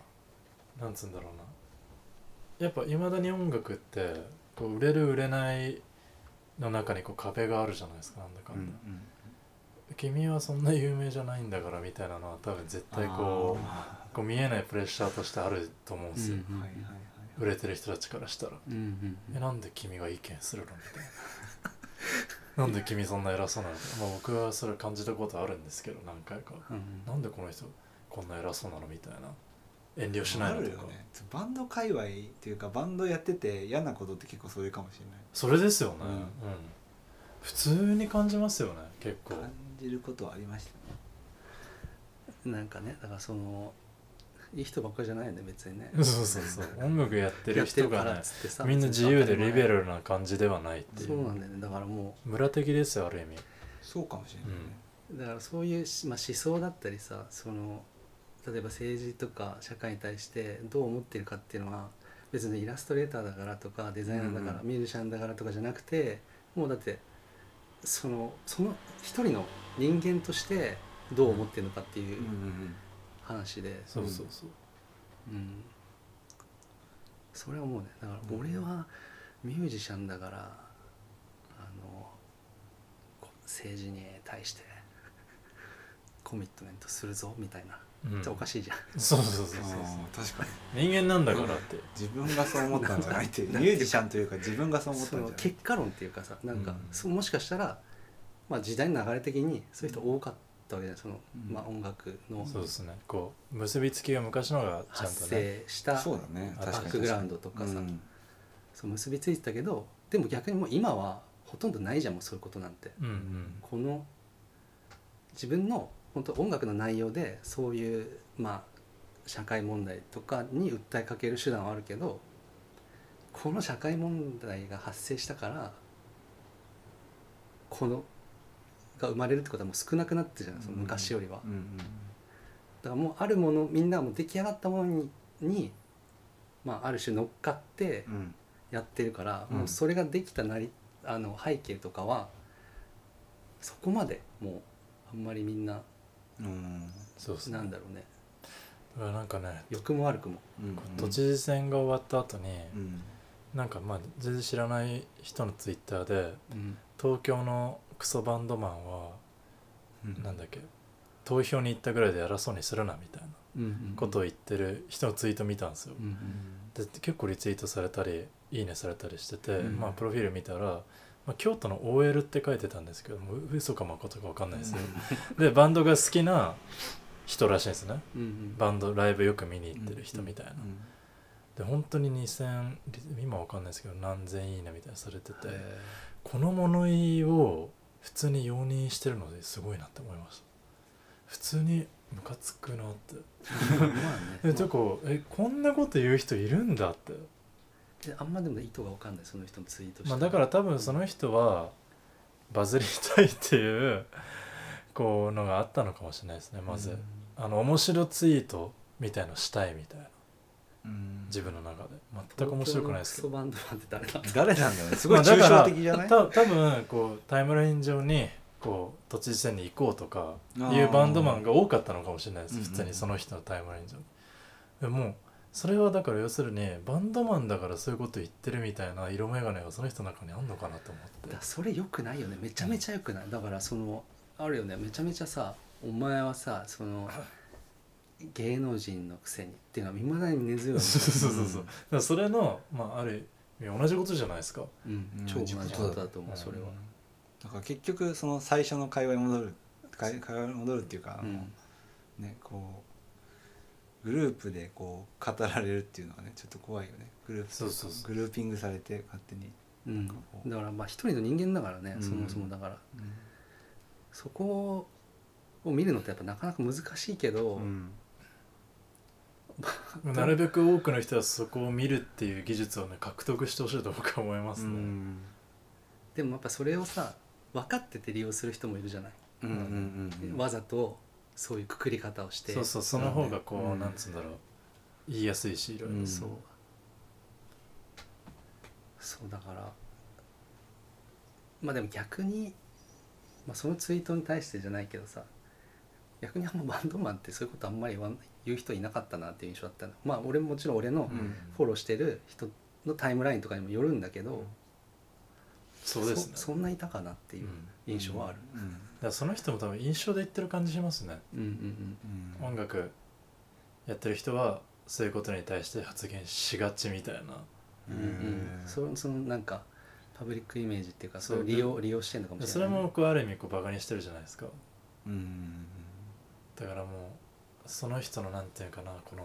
[SPEAKER 2] うんなんつうんだろうなやっぱいまだに音楽ってこう売れる売れないの中にこう壁があるじゃないですかなんだか
[SPEAKER 3] うん
[SPEAKER 2] ん
[SPEAKER 3] う
[SPEAKER 2] だ、
[SPEAKER 3] ん
[SPEAKER 2] 君はそんな有名じゃないんだからみたいなのは多分絶対こ
[SPEAKER 3] あ
[SPEAKER 2] うこう見えないプレッシャーとしてあると思うんですよ、
[SPEAKER 3] ー
[SPEAKER 1] うん
[SPEAKER 3] はいはいはい
[SPEAKER 2] 売れてる人たちからしたら
[SPEAKER 1] うんうん
[SPEAKER 2] えなんで君が意見するのみたいななんで君そんな偉そうなの、まあ、僕はそれ感じたことあるんですけど何回か
[SPEAKER 1] うんうん
[SPEAKER 2] なんでこの人こんな偉そうなのみたいな遠慮しない
[SPEAKER 3] あ
[SPEAKER 2] の
[SPEAKER 3] る
[SPEAKER 2] と
[SPEAKER 3] よ
[SPEAKER 2] か、
[SPEAKER 3] ねバンド界隈っていうかバンドやってて嫌なことって結構それかもしれない
[SPEAKER 2] それですよね、
[SPEAKER 3] うん
[SPEAKER 2] うん普通に感じますよね結構
[SPEAKER 3] 感じることはありましたね
[SPEAKER 1] なんかねだからそのいい人ばっかじゃないよね別にね
[SPEAKER 2] そうそう
[SPEAKER 1] (laughs)
[SPEAKER 2] そう音楽やってる人が
[SPEAKER 1] やってるから
[SPEAKER 2] ね
[SPEAKER 1] っつってさ
[SPEAKER 2] みんな自由でリベ
[SPEAKER 1] ル
[SPEAKER 2] ラルな感じではないってい
[SPEAKER 1] そう
[SPEAKER 2] う
[SPEAKER 1] なんだよねだからも
[SPEAKER 2] 村的ですよある意味
[SPEAKER 3] そうかもしれないね
[SPEAKER 1] うだからそういう、まあ、思想だったりさその例えば政治とか社会に対してどう思ってるかっていうのは別にイラストレーターだからとかデザイナーだから、
[SPEAKER 3] うんうん
[SPEAKER 1] ミュージシャンだからとかじゃなくてもうだってそのその一人の人間としてどう思ってるのかっていう
[SPEAKER 3] うんうんうん
[SPEAKER 1] 話で、
[SPEAKER 2] そうそうそう、
[SPEAKER 1] うん、それはもうねだから俺はミュージシャンだから、あのこ政治に対してコミットメントするぞみたいな
[SPEAKER 2] うん
[SPEAKER 1] おかしいじゃん、
[SPEAKER 2] そうそうそうそう
[SPEAKER 3] あー確かに
[SPEAKER 2] 人間なんだからって
[SPEAKER 3] 自分がそう思ったんじゃないっていうミュージシャンというか自分がそう思った
[SPEAKER 1] そ
[SPEAKER 3] ん
[SPEAKER 1] の
[SPEAKER 3] じゃない
[SPEAKER 1] 結果論っていうかさなんか、
[SPEAKER 2] うん
[SPEAKER 1] そうもしかしたら、まあ、時代の流れ的にそういう人多かったわけじゃないその、
[SPEAKER 3] うん
[SPEAKER 1] まあ、音楽の
[SPEAKER 2] そうですねこう結びつきが昔のがちゃんと
[SPEAKER 1] 発
[SPEAKER 2] ね
[SPEAKER 1] 生した
[SPEAKER 3] そうだね
[SPEAKER 2] あ
[SPEAKER 3] 確か
[SPEAKER 1] バ
[SPEAKER 3] に
[SPEAKER 1] ックグラウンドと
[SPEAKER 3] と
[SPEAKER 1] かさ、そう結びついてたけどでも逆にもう今はほとんどないじゃんもうそういうことなんて。
[SPEAKER 2] うんうん
[SPEAKER 1] この自分の本当音楽の内容でそういう、まあ、社会問題とかに訴えかける手段はあるけどこの社会問題が発生したからこのが生まれるってことはもう少なくなってるじゃないその昔よりは。
[SPEAKER 3] うんうん
[SPEAKER 1] だからもうあるものみんなもう出来上がったものにに、まあ、ある種乗っかって
[SPEAKER 3] うんうん
[SPEAKER 1] やってるから、
[SPEAKER 3] うん
[SPEAKER 1] もうそれができたなりあの背景とかはそこまでもうあんまりみんな
[SPEAKER 3] うん
[SPEAKER 2] そうですね
[SPEAKER 1] なんだろうね
[SPEAKER 2] だからなんかね
[SPEAKER 1] 良くも悪くも
[SPEAKER 3] うん
[SPEAKER 2] 都知事選が終わった後に、
[SPEAKER 3] うん
[SPEAKER 2] なんかまあ全然知らない人のツイッターで
[SPEAKER 1] うん
[SPEAKER 2] 東京のクソバンドマンは
[SPEAKER 3] うん
[SPEAKER 2] なんだっけ投票に行ったぐらいで偉そうにするなみたいな
[SPEAKER 1] うん
[SPEAKER 2] ことを言ってる人のツイート見たんですよ
[SPEAKER 1] う、
[SPEAKER 3] うんん
[SPEAKER 2] で結構リツイートされたりいいねされたりしてて、
[SPEAKER 1] うん
[SPEAKER 2] まあプロフィール見たら、まあ、京都の OL って書いてたんですけどもう嘘か誠か分かんないですよ、でバンドが好きな人らしいんですね
[SPEAKER 1] うんうん
[SPEAKER 2] バンドライブよく見に行ってる人みたいな、
[SPEAKER 3] うん
[SPEAKER 2] で本当に2000リ今わかんないですけど何千いいねみたいなされてて
[SPEAKER 1] へ
[SPEAKER 2] この物言いを普通に容認してるのですごいなって思いました普通にムカつくなって
[SPEAKER 1] ー
[SPEAKER 2] (laughs)
[SPEAKER 1] まあね
[SPEAKER 2] えてかえこんなこと言う人いるんだって、
[SPEAKER 1] であんまでも意図が分かんないその人のツイートして
[SPEAKER 2] まあ、だから多分その人はバズりたいっていうこうのがあったのかもしれないですねまず、あの面白ツイートみたいのしたいみたいな
[SPEAKER 3] うん
[SPEAKER 2] 自分の中で全く面白くないですけど
[SPEAKER 1] 東京のクソバンドマンって誰だ
[SPEAKER 3] 誰なんだろうねすごい
[SPEAKER 2] まあだ
[SPEAKER 3] 抽
[SPEAKER 2] から
[SPEAKER 3] 象的じゃない
[SPEAKER 2] た多分こうタイムライン上にこう都知事選に行こうとか
[SPEAKER 3] あ
[SPEAKER 2] い
[SPEAKER 3] ー
[SPEAKER 2] うバンドマンが多かったのかもしれないです、
[SPEAKER 3] うんうん
[SPEAKER 2] 普通にその人のタイムライン上にでもうそれはだから要するにバンドマンだからそういうこと言ってるみたいな色眼鏡がその人の中にあんのかなと思って
[SPEAKER 1] だそれ良くないよねめちゃめちゃ良くないだからそのあるよねめちゃめちゃさお前はさその芸能人のくせにっていうのは未だに根強いよね、
[SPEAKER 2] そうそうそうそうだからそれの、まあ、ある意味同じことじゃないですか
[SPEAKER 1] うん
[SPEAKER 3] うん
[SPEAKER 1] 超同じことだと思
[SPEAKER 2] う
[SPEAKER 1] うんそれは、
[SPEAKER 3] だから結局その最初の会話に戻る会会話に戻るっていうか、あ
[SPEAKER 1] う
[SPEAKER 3] の
[SPEAKER 1] ん
[SPEAKER 3] ねこうグループでこう語られるっていうのはねちょっと怖いよねグループ
[SPEAKER 2] そうそうそう
[SPEAKER 3] グルーピングされて勝手に、
[SPEAKER 1] うんだからまあ一人の人間だからね、
[SPEAKER 3] うん
[SPEAKER 1] そもそもだからそこを見るのってやっぱなかなか難しいけど、
[SPEAKER 3] うん
[SPEAKER 2] なるべく多くの人はそこを見るっていう技術をね獲得してほしいと僕は思います
[SPEAKER 3] う
[SPEAKER 2] ね、
[SPEAKER 3] ん
[SPEAKER 1] でもやっぱそれをさ分かってて利用する人もいるじゃない、
[SPEAKER 3] うんうんうん
[SPEAKER 1] わざとそういうくくり方をして
[SPEAKER 2] そうそうその方がこう、
[SPEAKER 3] うん
[SPEAKER 2] なんつうんだろう言いやすいしいろいろ、
[SPEAKER 3] うん
[SPEAKER 1] そうそうだからまあでも逆に、まあ、そのツイートに対してじゃないけどさ逆にあんまバンドマンってそういうことあんまり言わん言う人いなかったなっていう印象だったのまあ俺ももちろん俺の
[SPEAKER 3] うん
[SPEAKER 1] フォローしてる人のタイムラインとかにもよるんだけど、
[SPEAKER 2] そうですね
[SPEAKER 1] そそんないたかなっていう印象はある、
[SPEAKER 3] うん
[SPEAKER 2] だからその人も多分印象で言ってる感じしますね、
[SPEAKER 1] うん、うんうん
[SPEAKER 3] うん
[SPEAKER 2] 音楽やってる人はそういうことに対して発言しがちみたいな
[SPEAKER 1] うんうん
[SPEAKER 3] へー
[SPEAKER 1] そそのなんかパブリックイメージっていうかそれを
[SPEAKER 2] そう
[SPEAKER 1] 利用利用してるのかも
[SPEAKER 2] で
[SPEAKER 1] しれない
[SPEAKER 2] それもこうある意味こうバカにしてるじゃないですか
[SPEAKER 3] うんうん
[SPEAKER 2] だからもうその人のなんていうかなこの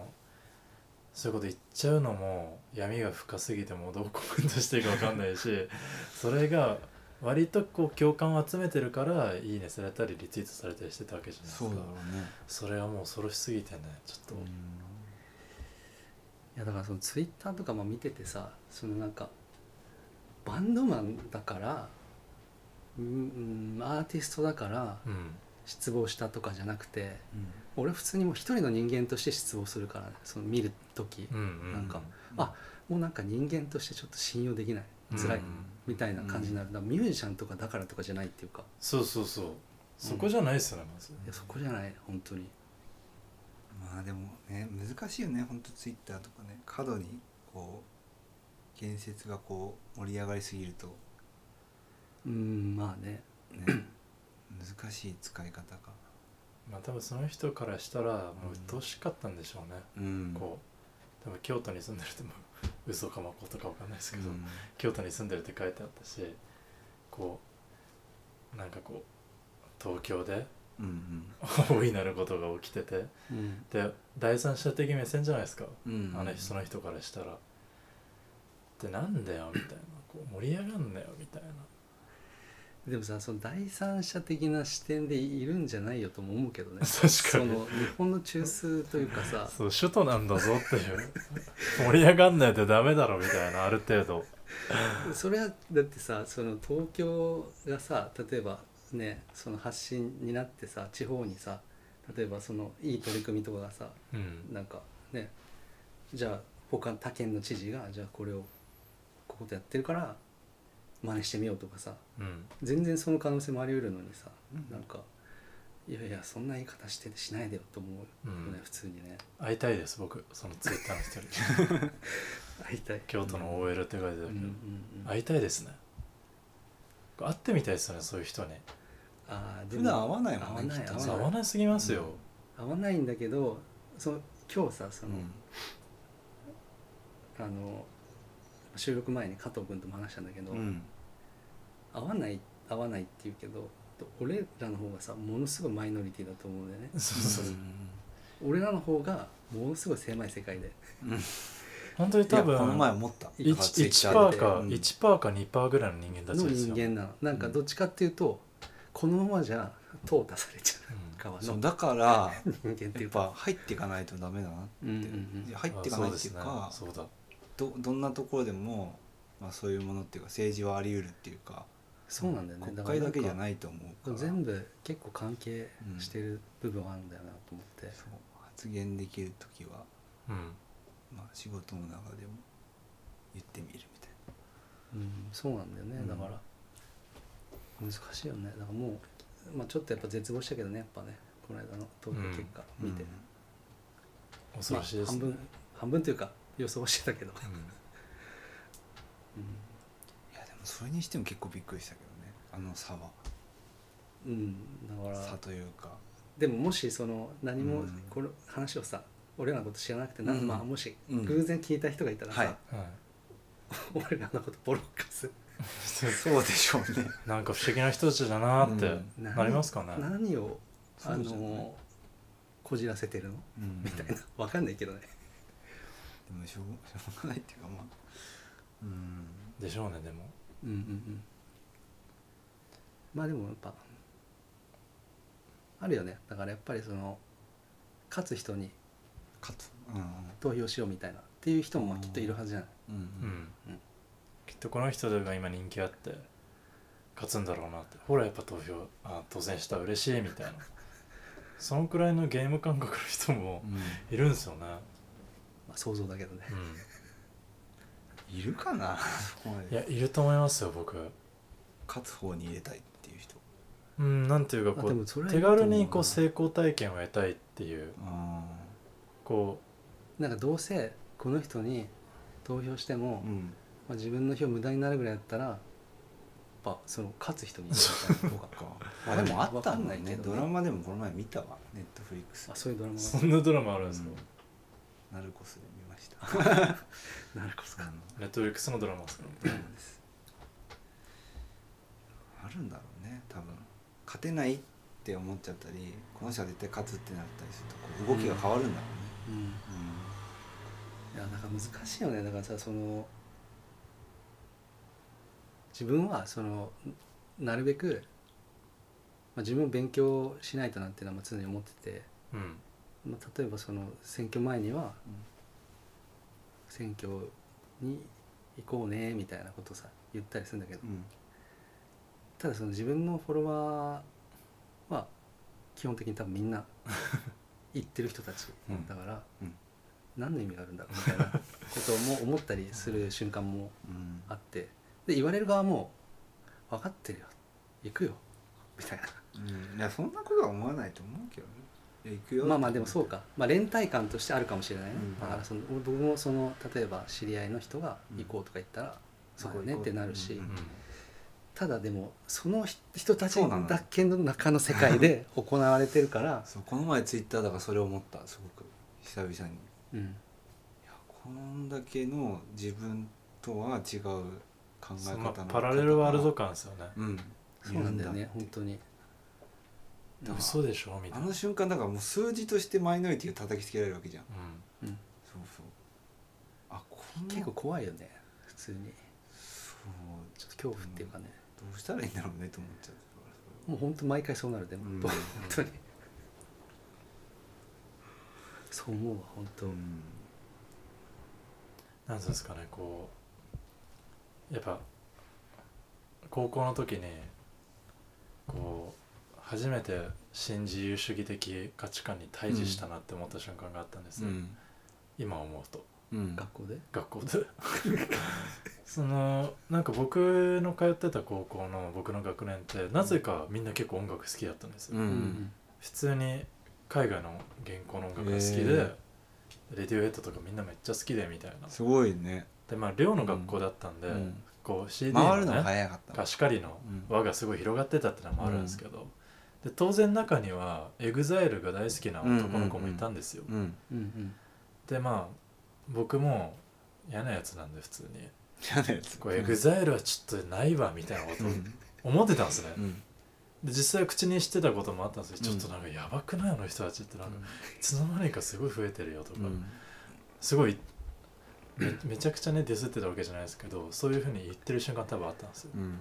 [SPEAKER 2] そういうこと言っちゃうのも闇が深すぎてもうどうコメントしていいか分かんない
[SPEAKER 3] (laughs)
[SPEAKER 2] しそれが割とこう共感を集めてるから「いいね」されたりリツイートされたりしてたわけじゃないです
[SPEAKER 3] そ
[SPEAKER 2] か
[SPEAKER 3] うだろうね
[SPEAKER 2] それはもう恐ろしすぎてねちょっと、
[SPEAKER 1] いやだからそのツイッターとかも見ててさそのなんかバンドマンだからうんうんアーティストだから
[SPEAKER 2] うん
[SPEAKER 1] 失望したとかじゃなくて
[SPEAKER 3] うん
[SPEAKER 1] 俺普通にもう一人の人間として失望するから、ね、その見る時
[SPEAKER 2] うんうん
[SPEAKER 1] なんかあもうなんか人間としてちょっと信用できない辛い
[SPEAKER 2] うん
[SPEAKER 1] みたいな感じになる、だからミュージシャンとかだからとかじゃないっていうか
[SPEAKER 2] そうそうそうそこじゃないですよね、まず
[SPEAKER 1] いやそこじゃない本当に
[SPEAKER 3] まあでもね難しいよねほんとツイッターとかね過度にこう言説がこう盛り上がりすぎると、
[SPEAKER 1] うんまあね
[SPEAKER 3] ね、難しい使い方が
[SPEAKER 2] まあ多分その人からしたらもう鬱陶しかったんでしょうね、
[SPEAKER 3] うん
[SPEAKER 2] こう多分京都に住んでるってもう嘘かまことかわかんないですけど、
[SPEAKER 3] うん
[SPEAKER 2] 京都に住んでるって書いてあったしこうなんかこう東京で (laughs)
[SPEAKER 3] うん
[SPEAKER 2] 大いなることが起きてて
[SPEAKER 1] うん
[SPEAKER 2] で第三者的目線じゃないですか、
[SPEAKER 3] うん
[SPEAKER 2] あの人その人からしたら「でなんだよ」みたいなこう盛り上がんなよみたいな
[SPEAKER 1] でもさその第三者的な視点でいるんじゃないよとも思うけどね
[SPEAKER 2] (laughs) 確かに
[SPEAKER 1] その日本の中枢というかさ
[SPEAKER 2] そう首都なんだぞっていう (laughs) 盛り上がんないとダメだろみたいなある程度
[SPEAKER 1] それはだってさその東京がさ例えばねその発信になってさ地方にさ例えばそのいい取り組みとかがさ
[SPEAKER 2] うん
[SPEAKER 1] なんかねじゃあ他他県の知事がじゃあこれをこことやってるから真似してみようとかさ
[SPEAKER 2] うん
[SPEAKER 1] 全然その可能性もあり得るのにさ、
[SPEAKER 3] うん
[SPEAKER 1] なんかいやいやそんな言い方してしないでよと思うよね、
[SPEAKER 2] うん
[SPEAKER 1] 普通にね
[SPEAKER 2] 会いたいです僕そのツイッターの (laughs) 人に
[SPEAKER 1] 会いたい
[SPEAKER 2] 京都の OL って書いて
[SPEAKER 1] う
[SPEAKER 2] た
[SPEAKER 1] んう
[SPEAKER 2] け
[SPEAKER 1] ん
[SPEAKER 2] ど、
[SPEAKER 1] うん、
[SPEAKER 2] 会いたいですね会ってみたいですよねそういう人に
[SPEAKER 1] あーで
[SPEAKER 3] 普
[SPEAKER 1] も
[SPEAKER 3] 段合わないもんね
[SPEAKER 1] 合わない
[SPEAKER 3] きっと
[SPEAKER 2] そ
[SPEAKER 1] 合わな
[SPEAKER 2] う合
[SPEAKER 1] い
[SPEAKER 2] わなすぎますよ、
[SPEAKER 1] 合わないんだけどその今日さその、あの収録前に加藤君とも話したんだけど、
[SPEAKER 3] うんうん
[SPEAKER 1] 合わない合わないって言うけど俺らの方がさものすごいマイノリティだと思うんだよね
[SPEAKER 2] そうそうそう
[SPEAKER 1] 俺らの方がものすごい狭い世界で
[SPEAKER 2] 本当に多
[SPEAKER 3] 多
[SPEAKER 2] 分
[SPEAKER 3] 分この前思った
[SPEAKER 2] 1,
[SPEAKER 3] 1
[SPEAKER 2] 1%,
[SPEAKER 1] で
[SPEAKER 2] か
[SPEAKER 3] うん
[SPEAKER 2] 1%か2%ぐらいの人間たち
[SPEAKER 1] の
[SPEAKER 2] です
[SPEAKER 1] 人
[SPEAKER 2] よ、
[SPEAKER 1] 間なのなんかどっちかっていうとこのままじゃ淘汰されちゃう側
[SPEAKER 3] そ
[SPEAKER 1] の
[SPEAKER 3] うだから
[SPEAKER 1] 人間ってい
[SPEAKER 3] やっ
[SPEAKER 1] うか
[SPEAKER 3] ぱ入っていかないとダメだなって、
[SPEAKER 1] うんうんうん
[SPEAKER 3] いや入っていかないっていう
[SPEAKER 2] あ
[SPEAKER 3] か
[SPEAKER 2] そうですねそうだ
[SPEAKER 3] どどんなところでも、まあ、そういうものっていうか政治はあり得るっていうか
[SPEAKER 1] そうなんだよね
[SPEAKER 3] 国会だけじゃ
[SPEAKER 1] い
[SPEAKER 3] ないと思うから
[SPEAKER 1] 全部結構関係してる部分はあるんだよなと思って、
[SPEAKER 3] そう発言できる時は、
[SPEAKER 2] うん
[SPEAKER 3] まあ、仕事の中でも言ってみるみたい
[SPEAKER 1] うん、そうなんだよね、
[SPEAKER 3] うん
[SPEAKER 1] だから難しいよねだからもう、まあ、ちょっとやっぱ絶望したけどねやっぱねこの間の投票結果
[SPEAKER 3] な
[SPEAKER 1] 見て、
[SPEAKER 2] 恐ろしいです、ね
[SPEAKER 1] まあ、半分半分というか予想してたけど、
[SPEAKER 2] うん
[SPEAKER 3] いやでもそれにしても結構びっくりしたけどねあの差は
[SPEAKER 1] うん、うんだか
[SPEAKER 3] 差
[SPEAKER 1] ら
[SPEAKER 3] という
[SPEAKER 1] (laughs)
[SPEAKER 3] か
[SPEAKER 1] でももしその何も
[SPEAKER 3] うん
[SPEAKER 1] この話をさ、俺らのこと知らなくてな、
[SPEAKER 3] うん
[SPEAKER 1] まあ、もし
[SPEAKER 3] うん
[SPEAKER 1] 偶然聞いた人がいたらさ、
[SPEAKER 3] はい
[SPEAKER 2] はい
[SPEAKER 1] (laughs) 俺らのことボロッカス
[SPEAKER 3] そうでしょうね
[SPEAKER 2] なんか不思議な人たちだなーって
[SPEAKER 3] う
[SPEAKER 2] なりますかね、
[SPEAKER 1] 何をあ
[SPEAKER 3] そうじゃない
[SPEAKER 1] のこじらせてるの (laughs)
[SPEAKER 3] みたいなで
[SPEAKER 1] わかんないけどね
[SPEAKER 3] もしょうしょうがないっていうかまあうん
[SPEAKER 2] でしょうねでも
[SPEAKER 1] うんうんうんまあでもやっぱあるよねだからやっぱりその勝つ人に
[SPEAKER 3] かとうん
[SPEAKER 1] 投票しようみたいなっていう人もまあきっといるはずじゃない、
[SPEAKER 3] うん
[SPEAKER 2] うん、
[SPEAKER 3] うん
[SPEAKER 2] きっとこの人が今人気あって勝つんだろうなってほらやっぱ投票あ当選した嬉しいみたいなそのくらいのゲーム感覚の人も
[SPEAKER 3] う
[SPEAKER 2] いるんですよね、
[SPEAKER 1] まあ、想像だけどね
[SPEAKER 2] うん
[SPEAKER 3] んいるか
[SPEAKER 1] (laughs)
[SPEAKER 3] なそこまで
[SPEAKER 2] いやいると思いますよ僕
[SPEAKER 3] 勝つ方に入れたいっていう人
[SPEAKER 2] うんなんていうか
[SPEAKER 1] (laughs)
[SPEAKER 2] こ
[SPEAKER 1] あで
[SPEAKER 2] う
[SPEAKER 1] もそれはい
[SPEAKER 2] 手
[SPEAKER 1] いと思うな
[SPEAKER 2] 軽にこう成功体験を得たいっていう
[SPEAKER 3] あ
[SPEAKER 2] こ
[SPEAKER 1] なんかどうせこの人に投票しても、
[SPEAKER 3] あうん
[SPEAKER 1] まあ、自分の票無駄になるぐらいだったらやっぱその勝つ人に
[SPEAKER 3] そう (laughs) かあでもあったんだよね
[SPEAKER 1] わかんないけどね
[SPEAKER 3] ドラマでもこの前見たわネットフリックス
[SPEAKER 1] あそういうドラマ
[SPEAKER 2] う
[SPEAKER 1] が
[SPEAKER 2] そんなドラマあるんですか、
[SPEAKER 3] ナルコスで見ました
[SPEAKER 1] なるこそか
[SPEAKER 2] ネットフリックスのドラマですか
[SPEAKER 3] ドラマですあるんだろうね多分勝てないって思っちゃったりこの人は絶対勝つってなったりするとこう動きが変わるんだろ
[SPEAKER 1] うん
[SPEAKER 3] うね
[SPEAKER 1] いやなんか難しいよねだからさその自分はそのなるべく、まあ、自分を勉強しないとなっていうのはまあ常に思ってて、
[SPEAKER 2] うん
[SPEAKER 1] まあ、例えばその選挙前には
[SPEAKER 3] うん
[SPEAKER 1] 選挙に行こうねみたいなことさ言ったりするんだけど
[SPEAKER 3] うん
[SPEAKER 1] ただその自分のフォロワーは基本的に多分みん
[SPEAKER 3] (laughs)
[SPEAKER 1] な行ってる人たちだから、
[SPEAKER 3] うんうん
[SPEAKER 1] 何の意味があるんだろうみたいなことも思ったりする瞬間も
[SPEAKER 3] うん
[SPEAKER 1] あってで言われる側も「分かってるよ行くよ」みたい
[SPEAKER 3] うんいやそんなことは思わないと思うけどねいや行く
[SPEAKER 1] な
[SPEAKER 3] よ
[SPEAKER 1] まあまあでもそうか、まあ、連帯感としてあるかもしれないね、
[SPEAKER 3] うん
[SPEAKER 1] だからその俺僕もその例えば知り合いの人が行こうとか言ったら「
[SPEAKER 3] ん
[SPEAKER 1] そうだね」ってなるし、
[SPEAKER 3] うん
[SPEAKER 2] うん
[SPEAKER 1] ただでもその人人たち
[SPEAKER 3] そうなの
[SPEAKER 1] だけの中の世界で
[SPEAKER 3] (laughs)
[SPEAKER 1] 行われてるから、
[SPEAKER 3] そうこの前ツイッターだからそれを思ったすごく久々にい
[SPEAKER 1] うん、
[SPEAKER 3] やこんだけの自分とは違う考え
[SPEAKER 2] そ
[SPEAKER 3] 方
[SPEAKER 2] ん
[SPEAKER 3] の
[SPEAKER 2] な
[SPEAKER 3] 方が
[SPEAKER 2] パラレルワールド感ですよね
[SPEAKER 3] うん
[SPEAKER 1] そうなんだよ
[SPEAKER 3] いる
[SPEAKER 1] ね
[SPEAKER 3] って
[SPEAKER 1] 本当に
[SPEAKER 3] だから
[SPEAKER 2] 嘘でしょみた
[SPEAKER 3] あ
[SPEAKER 2] いな、う
[SPEAKER 3] の瞬間だからもう数字としてマイノリティを叩きつけられるわけじゃん
[SPEAKER 2] ん、
[SPEAKER 3] そうそうあこんな
[SPEAKER 1] 結構怖いよね普通に
[SPEAKER 3] そう
[SPEAKER 1] ちょっと恐怖っていうかね、
[SPEAKER 3] どうしたらいいんだろうねと思っちゃう
[SPEAKER 1] もう本当毎回そうなるでも、
[SPEAKER 3] うん
[SPEAKER 1] 本当にそう思うわ本当、
[SPEAKER 3] うん
[SPEAKER 2] なんていうんですかねこうやっぱ高校の時にこう初めて新自由主義的価値観に対峙したなって思った瞬間があったんですよ、
[SPEAKER 3] ん
[SPEAKER 2] 今思うと
[SPEAKER 3] うん
[SPEAKER 1] 学校で
[SPEAKER 2] 学校で (laughs) そのなんか僕の通ってた高校の僕の学年ってなぜかみんな結構音楽好きだったんですよ、
[SPEAKER 3] う
[SPEAKER 1] うん
[SPEAKER 2] 普通に海外の原稿の音楽が好きで、
[SPEAKER 3] へ
[SPEAKER 2] レディオヘッドとかみんなめっちゃ好きでみたいな
[SPEAKER 3] すごいね
[SPEAKER 2] でまあ寮の学校だったんで、
[SPEAKER 3] うん
[SPEAKER 2] こう CD
[SPEAKER 3] 回る
[SPEAKER 2] の
[SPEAKER 3] のが
[SPEAKER 2] ね
[SPEAKER 3] 早かった
[SPEAKER 2] 貸し借りの輪がすごい広がってたってのもあるんですけど、で当然中には EXILE が大好きな男の子もいたんですよ、
[SPEAKER 3] うん
[SPEAKER 1] うんうん
[SPEAKER 2] でまあ僕も嫌なやつなんで普通に
[SPEAKER 3] 嫌なやつ
[SPEAKER 2] こう EXILE はちょっとないわみたいなこと思ってたんですね、
[SPEAKER 3] うん
[SPEAKER 2] で実際口にしてたこともあったんですけど、
[SPEAKER 3] うん
[SPEAKER 2] ちょっとなんかやばくないあの人たちってなんか、いつの間にかすごい増えてるよとか、
[SPEAKER 3] うん
[SPEAKER 2] すごいめめちゃくちゃねディスってたわけじゃないですけどそういうふうに言ってる瞬間多分あったんですよ
[SPEAKER 3] うん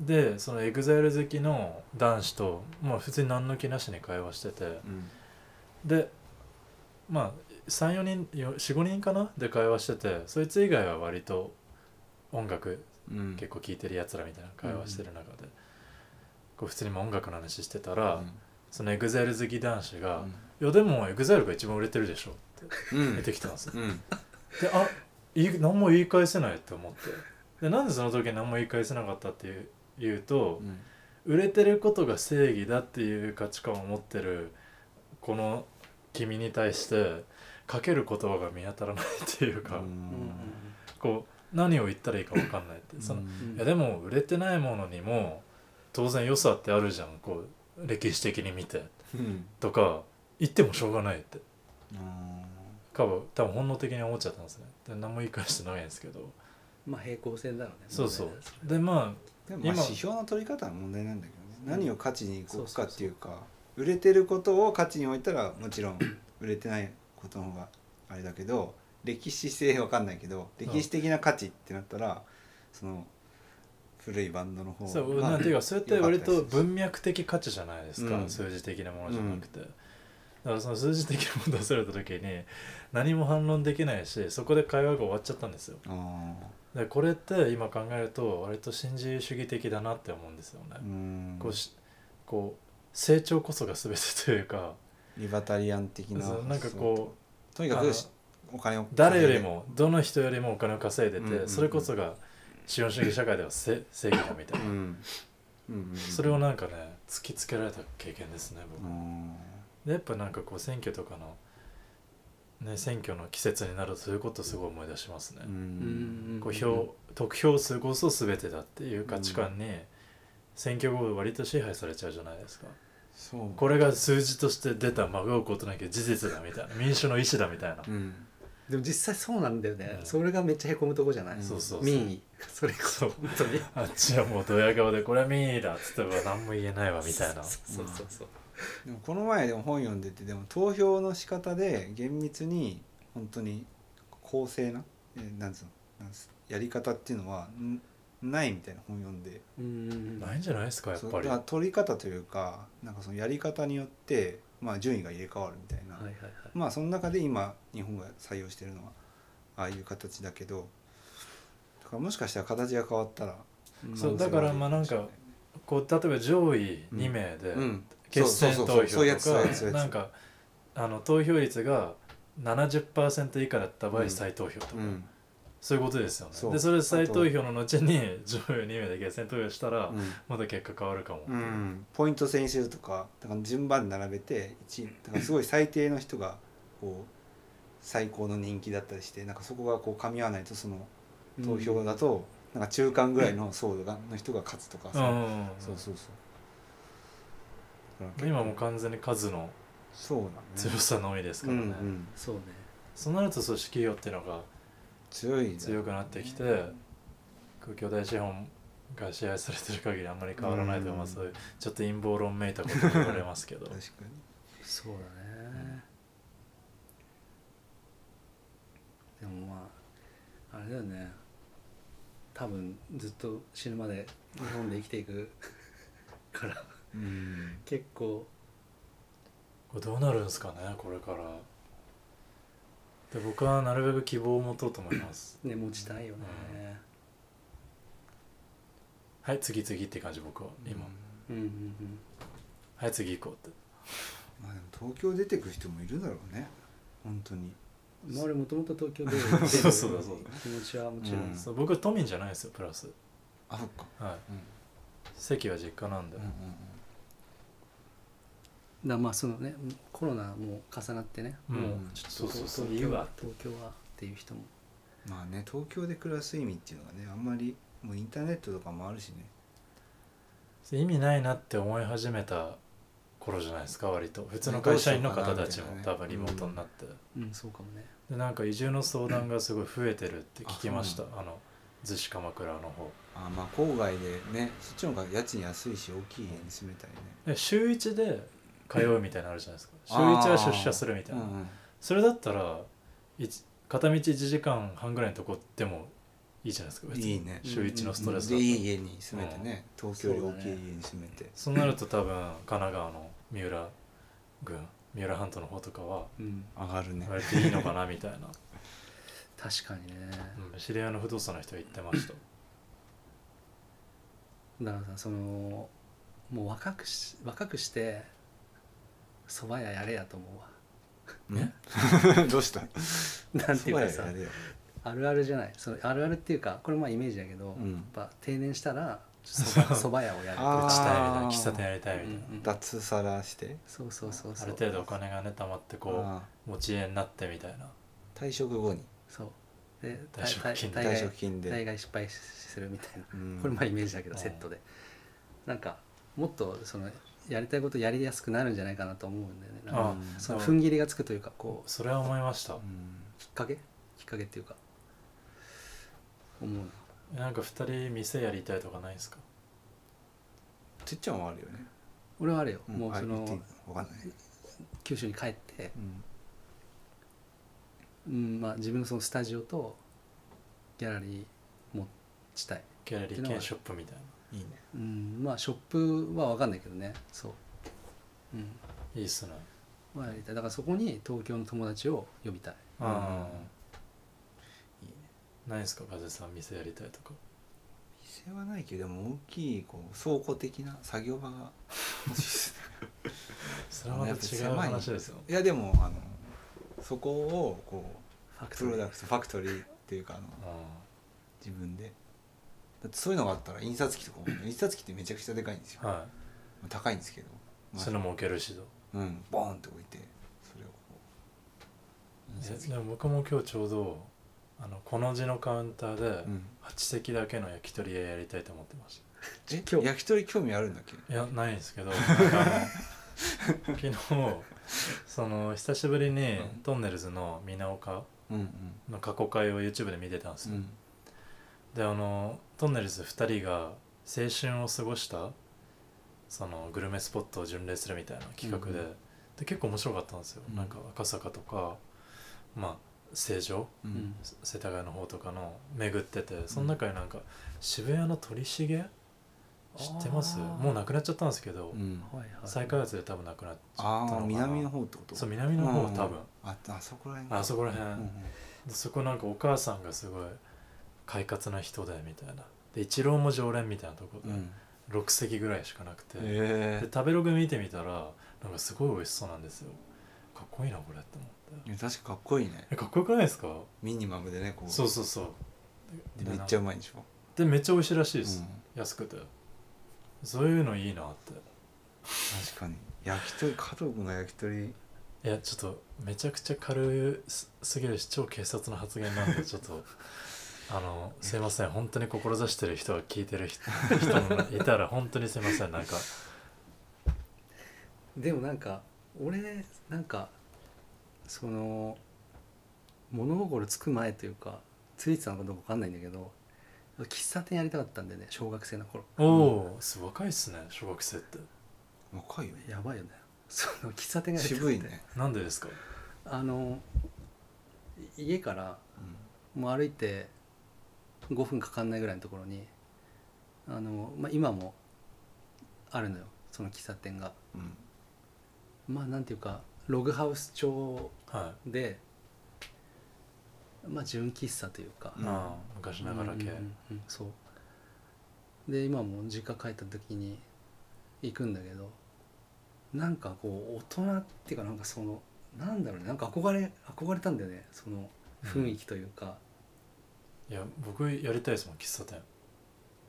[SPEAKER 2] でその EXILE 好きの男子と、まあ、普通に何の気なしに会話してて
[SPEAKER 3] うん
[SPEAKER 2] でまあ34人45人かなで会話しててそいつ以外は割と音楽
[SPEAKER 3] うん
[SPEAKER 2] 結構聴いてるやつらみたいな会話してる中で、こう普通にもう音楽の話してたら、その EXILE 好き男子が「いやでも EXILE が一番売れてるでしょ」
[SPEAKER 3] (laughs)
[SPEAKER 2] って
[SPEAKER 3] うん
[SPEAKER 2] 出てきたんですよ
[SPEAKER 3] うん
[SPEAKER 2] であい何も言い返せないって思ってでなんでその時何も言い返せなかったっていう言うと、
[SPEAKER 3] うん
[SPEAKER 2] 売れてることが正義だっていう価値観を持ってるこの君に対してかける言葉が見当たらないっていうか、こう何を言ったらいいか分かんないって、その
[SPEAKER 3] う
[SPEAKER 2] い
[SPEAKER 3] ん
[SPEAKER 2] やでも売れてないものにも当然良さってあるじゃんこう歴史的に見て
[SPEAKER 3] うん
[SPEAKER 2] とか言ってもしょうがないって
[SPEAKER 3] あ
[SPEAKER 2] 多分多分本能的に思っちゃったんですねで何も言い返してないんですけど
[SPEAKER 1] まあ平行線だろうね
[SPEAKER 2] そうそう
[SPEAKER 1] 問題
[SPEAKER 2] でまあ
[SPEAKER 3] ーでもまあ
[SPEAKER 2] 今
[SPEAKER 3] 指標の取り方は問題なんだけどね
[SPEAKER 1] うん
[SPEAKER 3] 何を価値にいこうかっていうか売れてることを価値に置いたらもちろん売れてないことの方があれだけど歴史性わかんないけど歴史的な価値ってなったらその古いバンドの方
[SPEAKER 2] そう
[SPEAKER 3] が
[SPEAKER 2] なんていうかそれって割
[SPEAKER 3] 良
[SPEAKER 2] と
[SPEAKER 3] かったりするし
[SPEAKER 2] 文脈的価値じゃないですか、
[SPEAKER 3] うん
[SPEAKER 2] 数字的なものじゃなくて、だからその数字的なもの出された時に何も反論できないしそこで会話が終わっちゃったんですよ
[SPEAKER 3] あ
[SPEAKER 2] でこれって今考えると割と新自由主義的だなって思うんですよね
[SPEAKER 3] ー、うん
[SPEAKER 2] こうしこう成長こそが全てというか
[SPEAKER 3] リバタリアン的な
[SPEAKER 2] そうなんかこ
[SPEAKER 3] うとに
[SPEAKER 2] う
[SPEAKER 3] か
[SPEAKER 2] あ
[SPEAKER 3] く
[SPEAKER 2] の
[SPEAKER 3] お金を
[SPEAKER 2] 誰よりもどの人よりもお金を稼いでて、
[SPEAKER 3] うんうんうん
[SPEAKER 2] それこそが資本主義社会ではせ正義だみた
[SPEAKER 3] う
[SPEAKER 2] いな、
[SPEAKER 3] ん、うんうんうん、
[SPEAKER 2] それをなんかね突きつけられた経験ですね僕。
[SPEAKER 3] うん
[SPEAKER 2] でやっぱなんかこう選挙とかの、ね、選挙の季節になるとそういうことすごい思い出しますね
[SPEAKER 3] う。ん
[SPEAKER 1] うんうんうん
[SPEAKER 2] こう票得票数こそ全てだっていう価値観に選挙後割と支配されちゃうじゃないですか。
[SPEAKER 3] そう
[SPEAKER 2] これが数字として出たまごうことなきゃ事実だみたいな民主の意思だみたいな。
[SPEAKER 3] うん
[SPEAKER 1] でも実際そうなんだよね、
[SPEAKER 2] うん
[SPEAKER 1] それがめっちゃへこむとこじゃない、
[SPEAKER 3] うん
[SPEAKER 2] そうそうそう
[SPEAKER 1] 民意それこそ本当に
[SPEAKER 2] あっちはもうドヤ顔でこれは民意だっつっても何も言えないわみたいな。
[SPEAKER 1] そうそうそうそう
[SPEAKER 3] でもこの前でも本読んでてでも投票の仕方で厳密に本当に公正なえーなんつうのなんつやり方っていうのはんないみたいな本読んで
[SPEAKER 1] うんうん
[SPEAKER 2] ないんじゃないですかやっ
[SPEAKER 3] そう
[SPEAKER 2] ぱり
[SPEAKER 3] だから。取り方というかなんかそのやり方によって、まあ、順位が入れ替わるみたいな、
[SPEAKER 1] はいはいはい
[SPEAKER 3] まあその中で今日本が採用してるのはああいう形だけどだからもしかしたら形が変わったら
[SPEAKER 1] うん
[SPEAKER 2] そうだからまあなんかこう例えば上位2名で、
[SPEAKER 3] うん
[SPEAKER 2] 決選
[SPEAKER 3] そう
[SPEAKER 2] 投
[SPEAKER 3] そうそう
[SPEAKER 2] 票
[SPEAKER 3] そういうやつそう
[SPEAKER 2] とか
[SPEAKER 3] いうやつ
[SPEAKER 2] なんかあの投票率が70%以下だった場合再投票とか、
[SPEAKER 3] うん
[SPEAKER 2] そういうことですよね
[SPEAKER 3] そう
[SPEAKER 2] でそれ再投票の後に (laughs) 上位2名で決選投票したら、
[SPEAKER 3] うん
[SPEAKER 2] まだ結果変わるかも、
[SPEAKER 3] うん、ポイント制にするとかだから順番に並べて1だからすごい最低の人がこう最高の人気だったりしてなんかそこがこう噛み合わないとその投票だとなんか中間ぐらいの層がの人が勝つとか
[SPEAKER 2] う
[SPEAKER 3] さ、
[SPEAKER 2] んうん
[SPEAKER 3] そうそうそうだから結構
[SPEAKER 2] 今もう完全に数の
[SPEAKER 3] そうだね
[SPEAKER 2] 強さのみですか
[SPEAKER 3] う
[SPEAKER 2] ら
[SPEAKER 3] ん
[SPEAKER 2] ね、
[SPEAKER 3] うん
[SPEAKER 1] そうね
[SPEAKER 2] そうなると組織業っていうのが
[SPEAKER 3] 強いね
[SPEAKER 2] 強くなってきて、空兄弟資本が支配されてる限りあんまり変わらないと思います、
[SPEAKER 3] う
[SPEAKER 2] ちょっと陰謀論めいたことも言われます
[SPEAKER 3] (laughs)
[SPEAKER 2] けど
[SPEAKER 3] 確かに
[SPEAKER 1] そうだね、でもまああれだよね多分ずっと死ぬまで日本で生きていく (laughs) から
[SPEAKER 3] うん
[SPEAKER 1] 結構
[SPEAKER 2] これどうなるんですかねこれからで僕はなるべく希望を持とうと思います
[SPEAKER 1] ね持ちたいよね
[SPEAKER 2] はい次次って感じ僕は今、
[SPEAKER 1] うんうんうん
[SPEAKER 2] はい次行こうって
[SPEAKER 3] まあでも東京出てく人もいるだろうね本当に
[SPEAKER 1] まあ俺もともと東京で
[SPEAKER 2] (laughs) そうそうだそうだ
[SPEAKER 1] 気持ちはもちろん、
[SPEAKER 3] うん
[SPEAKER 2] そう僕は都民じゃないんですよプラス
[SPEAKER 3] あそっか
[SPEAKER 2] はい
[SPEAKER 3] うん
[SPEAKER 2] 席は実家なんで、
[SPEAKER 3] うんうん
[SPEAKER 1] だまあそのねコロナも重なってね、
[SPEAKER 2] うん
[SPEAKER 1] もう
[SPEAKER 2] ちょっとそうそうそう
[SPEAKER 1] 東
[SPEAKER 2] 言
[SPEAKER 1] 京
[SPEAKER 2] う
[SPEAKER 1] は
[SPEAKER 2] わ
[SPEAKER 1] 東京はっていう人も
[SPEAKER 3] うんまあね東京で暮らす意味っていうのがねあんまりもうインターネットとかもあるしね
[SPEAKER 2] 意味ないなって思い始めた頃じゃないですか割と普通の会社員の方たちも
[SPEAKER 3] どうしようかなみたいなね
[SPEAKER 2] 多分リモートになって、
[SPEAKER 1] うんそうかもね
[SPEAKER 2] でなんか移住の相談がすごい増えてるって聞きました
[SPEAKER 3] あ
[SPEAKER 2] あの逗子鎌倉の方
[SPEAKER 3] あまあ郊外でねそっちの方が家賃安いし大きい家に住めたいね
[SPEAKER 2] で週1で通うみたいなのあるじゃないですか週
[SPEAKER 3] あー
[SPEAKER 2] 1は出社するみたいな、
[SPEAKER 3] うんうん
[SPEAKER 2] それだったらいち片道1時間半ぐらいのとこでもいいじゃないですか別に
[SPEAKER 3] いいね
[SPEAKER 2] 週1のストレス
[SPEAKER 3] で
[SPEAKER 2] だと、
[SPEAKER 3] いい家に住めてね、東京より大きい家に住めて、
[SPEAKER 2] そうなると多分神奈川の三浦郡三浦半島の方とかは
[SPEAKER 1] うん
[SPEAKER 3] 上がるね
[SPEAKER 2] 割といいのかなみたいな
[SPEAKER 1] 確かにね、
[SPEAKER 2] うん知り合いの不動産の人が言ってました
[SPEAKER 1] だからさそのもう若くし若くして蕎麦屋やれやと思うわ (laughs)
[SPEAKER 3] ね (laughs) どうした
[SPEAKER 1] なんていうか
[SPEAKER 3] そば
[SPEAKER 1] さ
[SPEAKER 3] やれよ
[SPEAKER 1] あるあるじゃないそのあるあるっていうかこれまあイメージだけど、
[SPEAKER 3] うん
[SPEAKER 1] やっぱ定年したら蕎麦蕎麦屋をやる
[SPEAKER 3] あー
[SPEAKER 2] 打ちたいみたいな喫茶店やりたいみたいな、
[SPEAKER 1] うんうん
[SPEAKER 3] 脱サラして
[SPEAKER 1] そうそうそうそう
[SPEAKER 2] ある程度お金がね貯まってこ
[SPEAKER 3] あ
[SPEAKER 2] う持ち家になってみたいな
[SPEAKER 3] ー退職後に
[SPEAKER 1] そうで
[SPEAKER 2] 退職金
[SPEAKER 1] 大
[SPEAKER 3] 退
[SPEAKER 1] 概
[SPEAKER 3] 職金
[SPEAKER 1] 大
[SPEAKER 3] で、
[SPEAKER 1] 概失敗するみたいな
[SPEAKER 3] うん
[SPEAKER 1] これまあイメージだけど
[SPEAKER 2] うん
[SPEAKER 1] セットでなんかもっとそのやりたいことやりやすくなるんじゃないかなと思うんだよねなんか
[SPEAKER 2] あ
[SPEAKER 3] うん
[SPEAKER 1] その
[SPEAKER 2] うん
[SPEAKER 1] 踏ん切りがつくというかこう
[SPEAKER 2] それは思いました、
[SPEAKER 3] うん
[SPEAKER 1] きっかけきっかけっていうか思うな
[SPEAKER 2] なんか2人店やりたいとかないですか
[SPEAKER 3] てっちゃんはあるよね、
[SPEAKER 1] 俺はあれよ
[SPEAKER 3] ん
[SPEAKER 1] もうそ
[SPEAKER 3] あ言っていい
[SPEAKER 1] の
[SPEAKER 3] のわかんない、
[SPEAKER 1] 九州に帰って
[SPEAKER 3] うん
[SPEAKER 1] うんまあ自分のそのスタジオとギャラリー持ちたい
[SPEAKER 2] ギャラリー兼ショップみたい
[SPEAKER 3] いいね
[SPEAKER 1] うんまあショップは分かんないけどねそううん
[SPEAKER 2] ないいっすね
[SPEAKER 1] まあやりたいだからそこに東京の友達を呼びたい
[SPEAKER 2] うんいいねないですか風さん店やりたいとか
[SPEAKER 3] 店はないけどでも大きいこう倉庫的な作業場が欲しいですね
[SPEAKER 2] それはまた違う話ですよ
[SPEAKER 3] いやでもあのそこをこ
[SPEAKER 1] ファ
[SPEAKER 3] う
[SPEAKER 1] ク
[SPEAKER 3] プ
[SPEAKER 1] トリ
[SPEAKER 3] ロ
[SPEAKER 1] ー
[SPEAKER 3] ダクトファクトリーっていうかあの自分でだってそういうのがあったら印刷機とかも印刷機ってめちゃくちゃでかいんですよ
[SPEAKER 2] うんは
[SPEAKER 3] 高いんですけど、
[SPEAKER 2] い
[SPEAKER 3] まあ
[SPEAKER 2] それも置けるしと
[SPEAKER 3] うんボーンって置いてそれをこ
[SPEAKER 2] え
[SPEAKER 3] う印刷機
[SPEAKER 2] でも僕も今日ちょうどあのこの字のカウンターで
[SPEAKER 3] うん
[SPEAKER 2] 8席だけの焼き鳥屋やりたいと思ってまし
[SPEAKER 3] え
[SPEAKER 1] 今日
[SPEAKER 3] 焼き鳥興味あるんだっけ
[SPEAKER 2] たいやないん (laughs) ですけどなんかあの昨日その久しぶりに
[SPEAKER 3] うん
[SPEAKER 2] トンネルズの皆岡
[SPEAKER 3] うんうん
[SPEAKER 2] の過去回を YouTube で見てたんですよ、
[SPEAKER 3] うん
[SPEAKER 2] であのトンネルズ2人が青春を過ごしたそのグルメスポットを巡礼するみたいな企画で,、
[SPEAKER 3] うんう
[SPEAKER 2] で結構面白かったんですよ、
[SPEAKER 3] うん
[SPEAKER 2] なんか赤坂とかまあ成城
[SPEAKER 3] う
[SPEAKER 1] うんん
[SPEAKER 2] 世田谷の方とかの巡っててその中になんか渋谷の鳥茂知ってます
[SPEAKER 1] あー
[SPEAKER 2] もうなくなっちゃったんですけど、
[SPEAKER 3] うん
[SPEAKER 1] はいはい
[SPEAKER 2] 再開発で多分なくなっちゃ
[SPEAKER 3] あ
[SPEAKER 2] ったのか
[SPEAKER 3] あ
[SPEAKER 2] な
[SPEAKER 3] 南の方ってこと
[SPEAKER 2] そう南の方多分、
[SPEAKER 3] ああそこら辺
[SPEAKER 2] あそこら辺、
[SPEAKER 3] うんうん
[SPEAKER 2] でそこなんかお母さんがすごい快活な人でみたいなで一郎も常連みたいなとこ
[SPEAKER 3] う
[SPEAKER 2] で、
[SPEAKER 3] ん
[SPEAKER 2] 6席ぐらいしかなくて、
[SPEAKER 3] へ
[SPEAKER 2] で食べログ見てみたらなんかすごい美味しそうなんですよかっこいいなこれって思って
[SPEAKER 3] えいや確かかっこいいね
[SPEAKER 2] えかっこよくないですか
[SPEAKER 3] ミニマムでねこう
[SPEAKER 2] そうそうそう
[SPEAKER 3] で
[SPEAKER 2] で
[SPEAKER 3] めっちゃ
[SPEAKER 2] な
[SPEAKER 3] うまいんでしょ
[SPEAKER 2] でめっちゃ美味しいらしいです、
[SPEAKER 3] う
[SPEAKER 2] 安くてそういうのいいなって
[SPEAKER 3] ん確かに焼き鳥加藤君が焼き鳥
[SPEAKER 2] いや
[SPEAKER 3] (laughs)
[SPEAKER 2] ちょっとめちゃくちゃ軽すすぎるし超警察の発言なんでちょっとあのすいません本当に志してる人が聞いてる人 (laughs) 人もいたら本当にすいませんなんか
[SPEAKER 1] でもなんか俺ねなんかその物心つく前というかついてたのかどうか分かんないんだけど喫茶店やりたかったんでね小学生の頃
[SPEAKER 2] おおー、す若いっすね小学生って
[SPEAKER 3] 若いよね
[SPEAKER 1] やばいよねその喫茶店がやりたく
[SPEAKER 3] 渋
[SPEAKER 1] て
[SPEAKER 3] いね、
[SPEAKER 2] なんでですか
[SPEAKER 1] あのい家から
[SPEAKER 3] うん
[SPEAKER 1] もう歩いて5分かかんないぐらいのところにあの、まあ、今もあるのよその喫茶店が
[SPEAKER 3] うん
[SPEAKER 1] まあなんていうかログハウス調
[SPEAKER 2] は
[SPEAKER 1] でまあ純喫茶というか
[SPEAKER 2] い、
[SPEAKER 3] うん
[SPEAKER 2] ああ昔ながら系、
[SPEAKER 1] うんうんうんそうで今も実家帰った時に行くんだけどなんかこう大人っていうかなんかそのなんだろうねなんか憧れ憧れたんだよねその雰囲気というか、
[SPEAKER 2] いや僕やりたいですもん喫茶店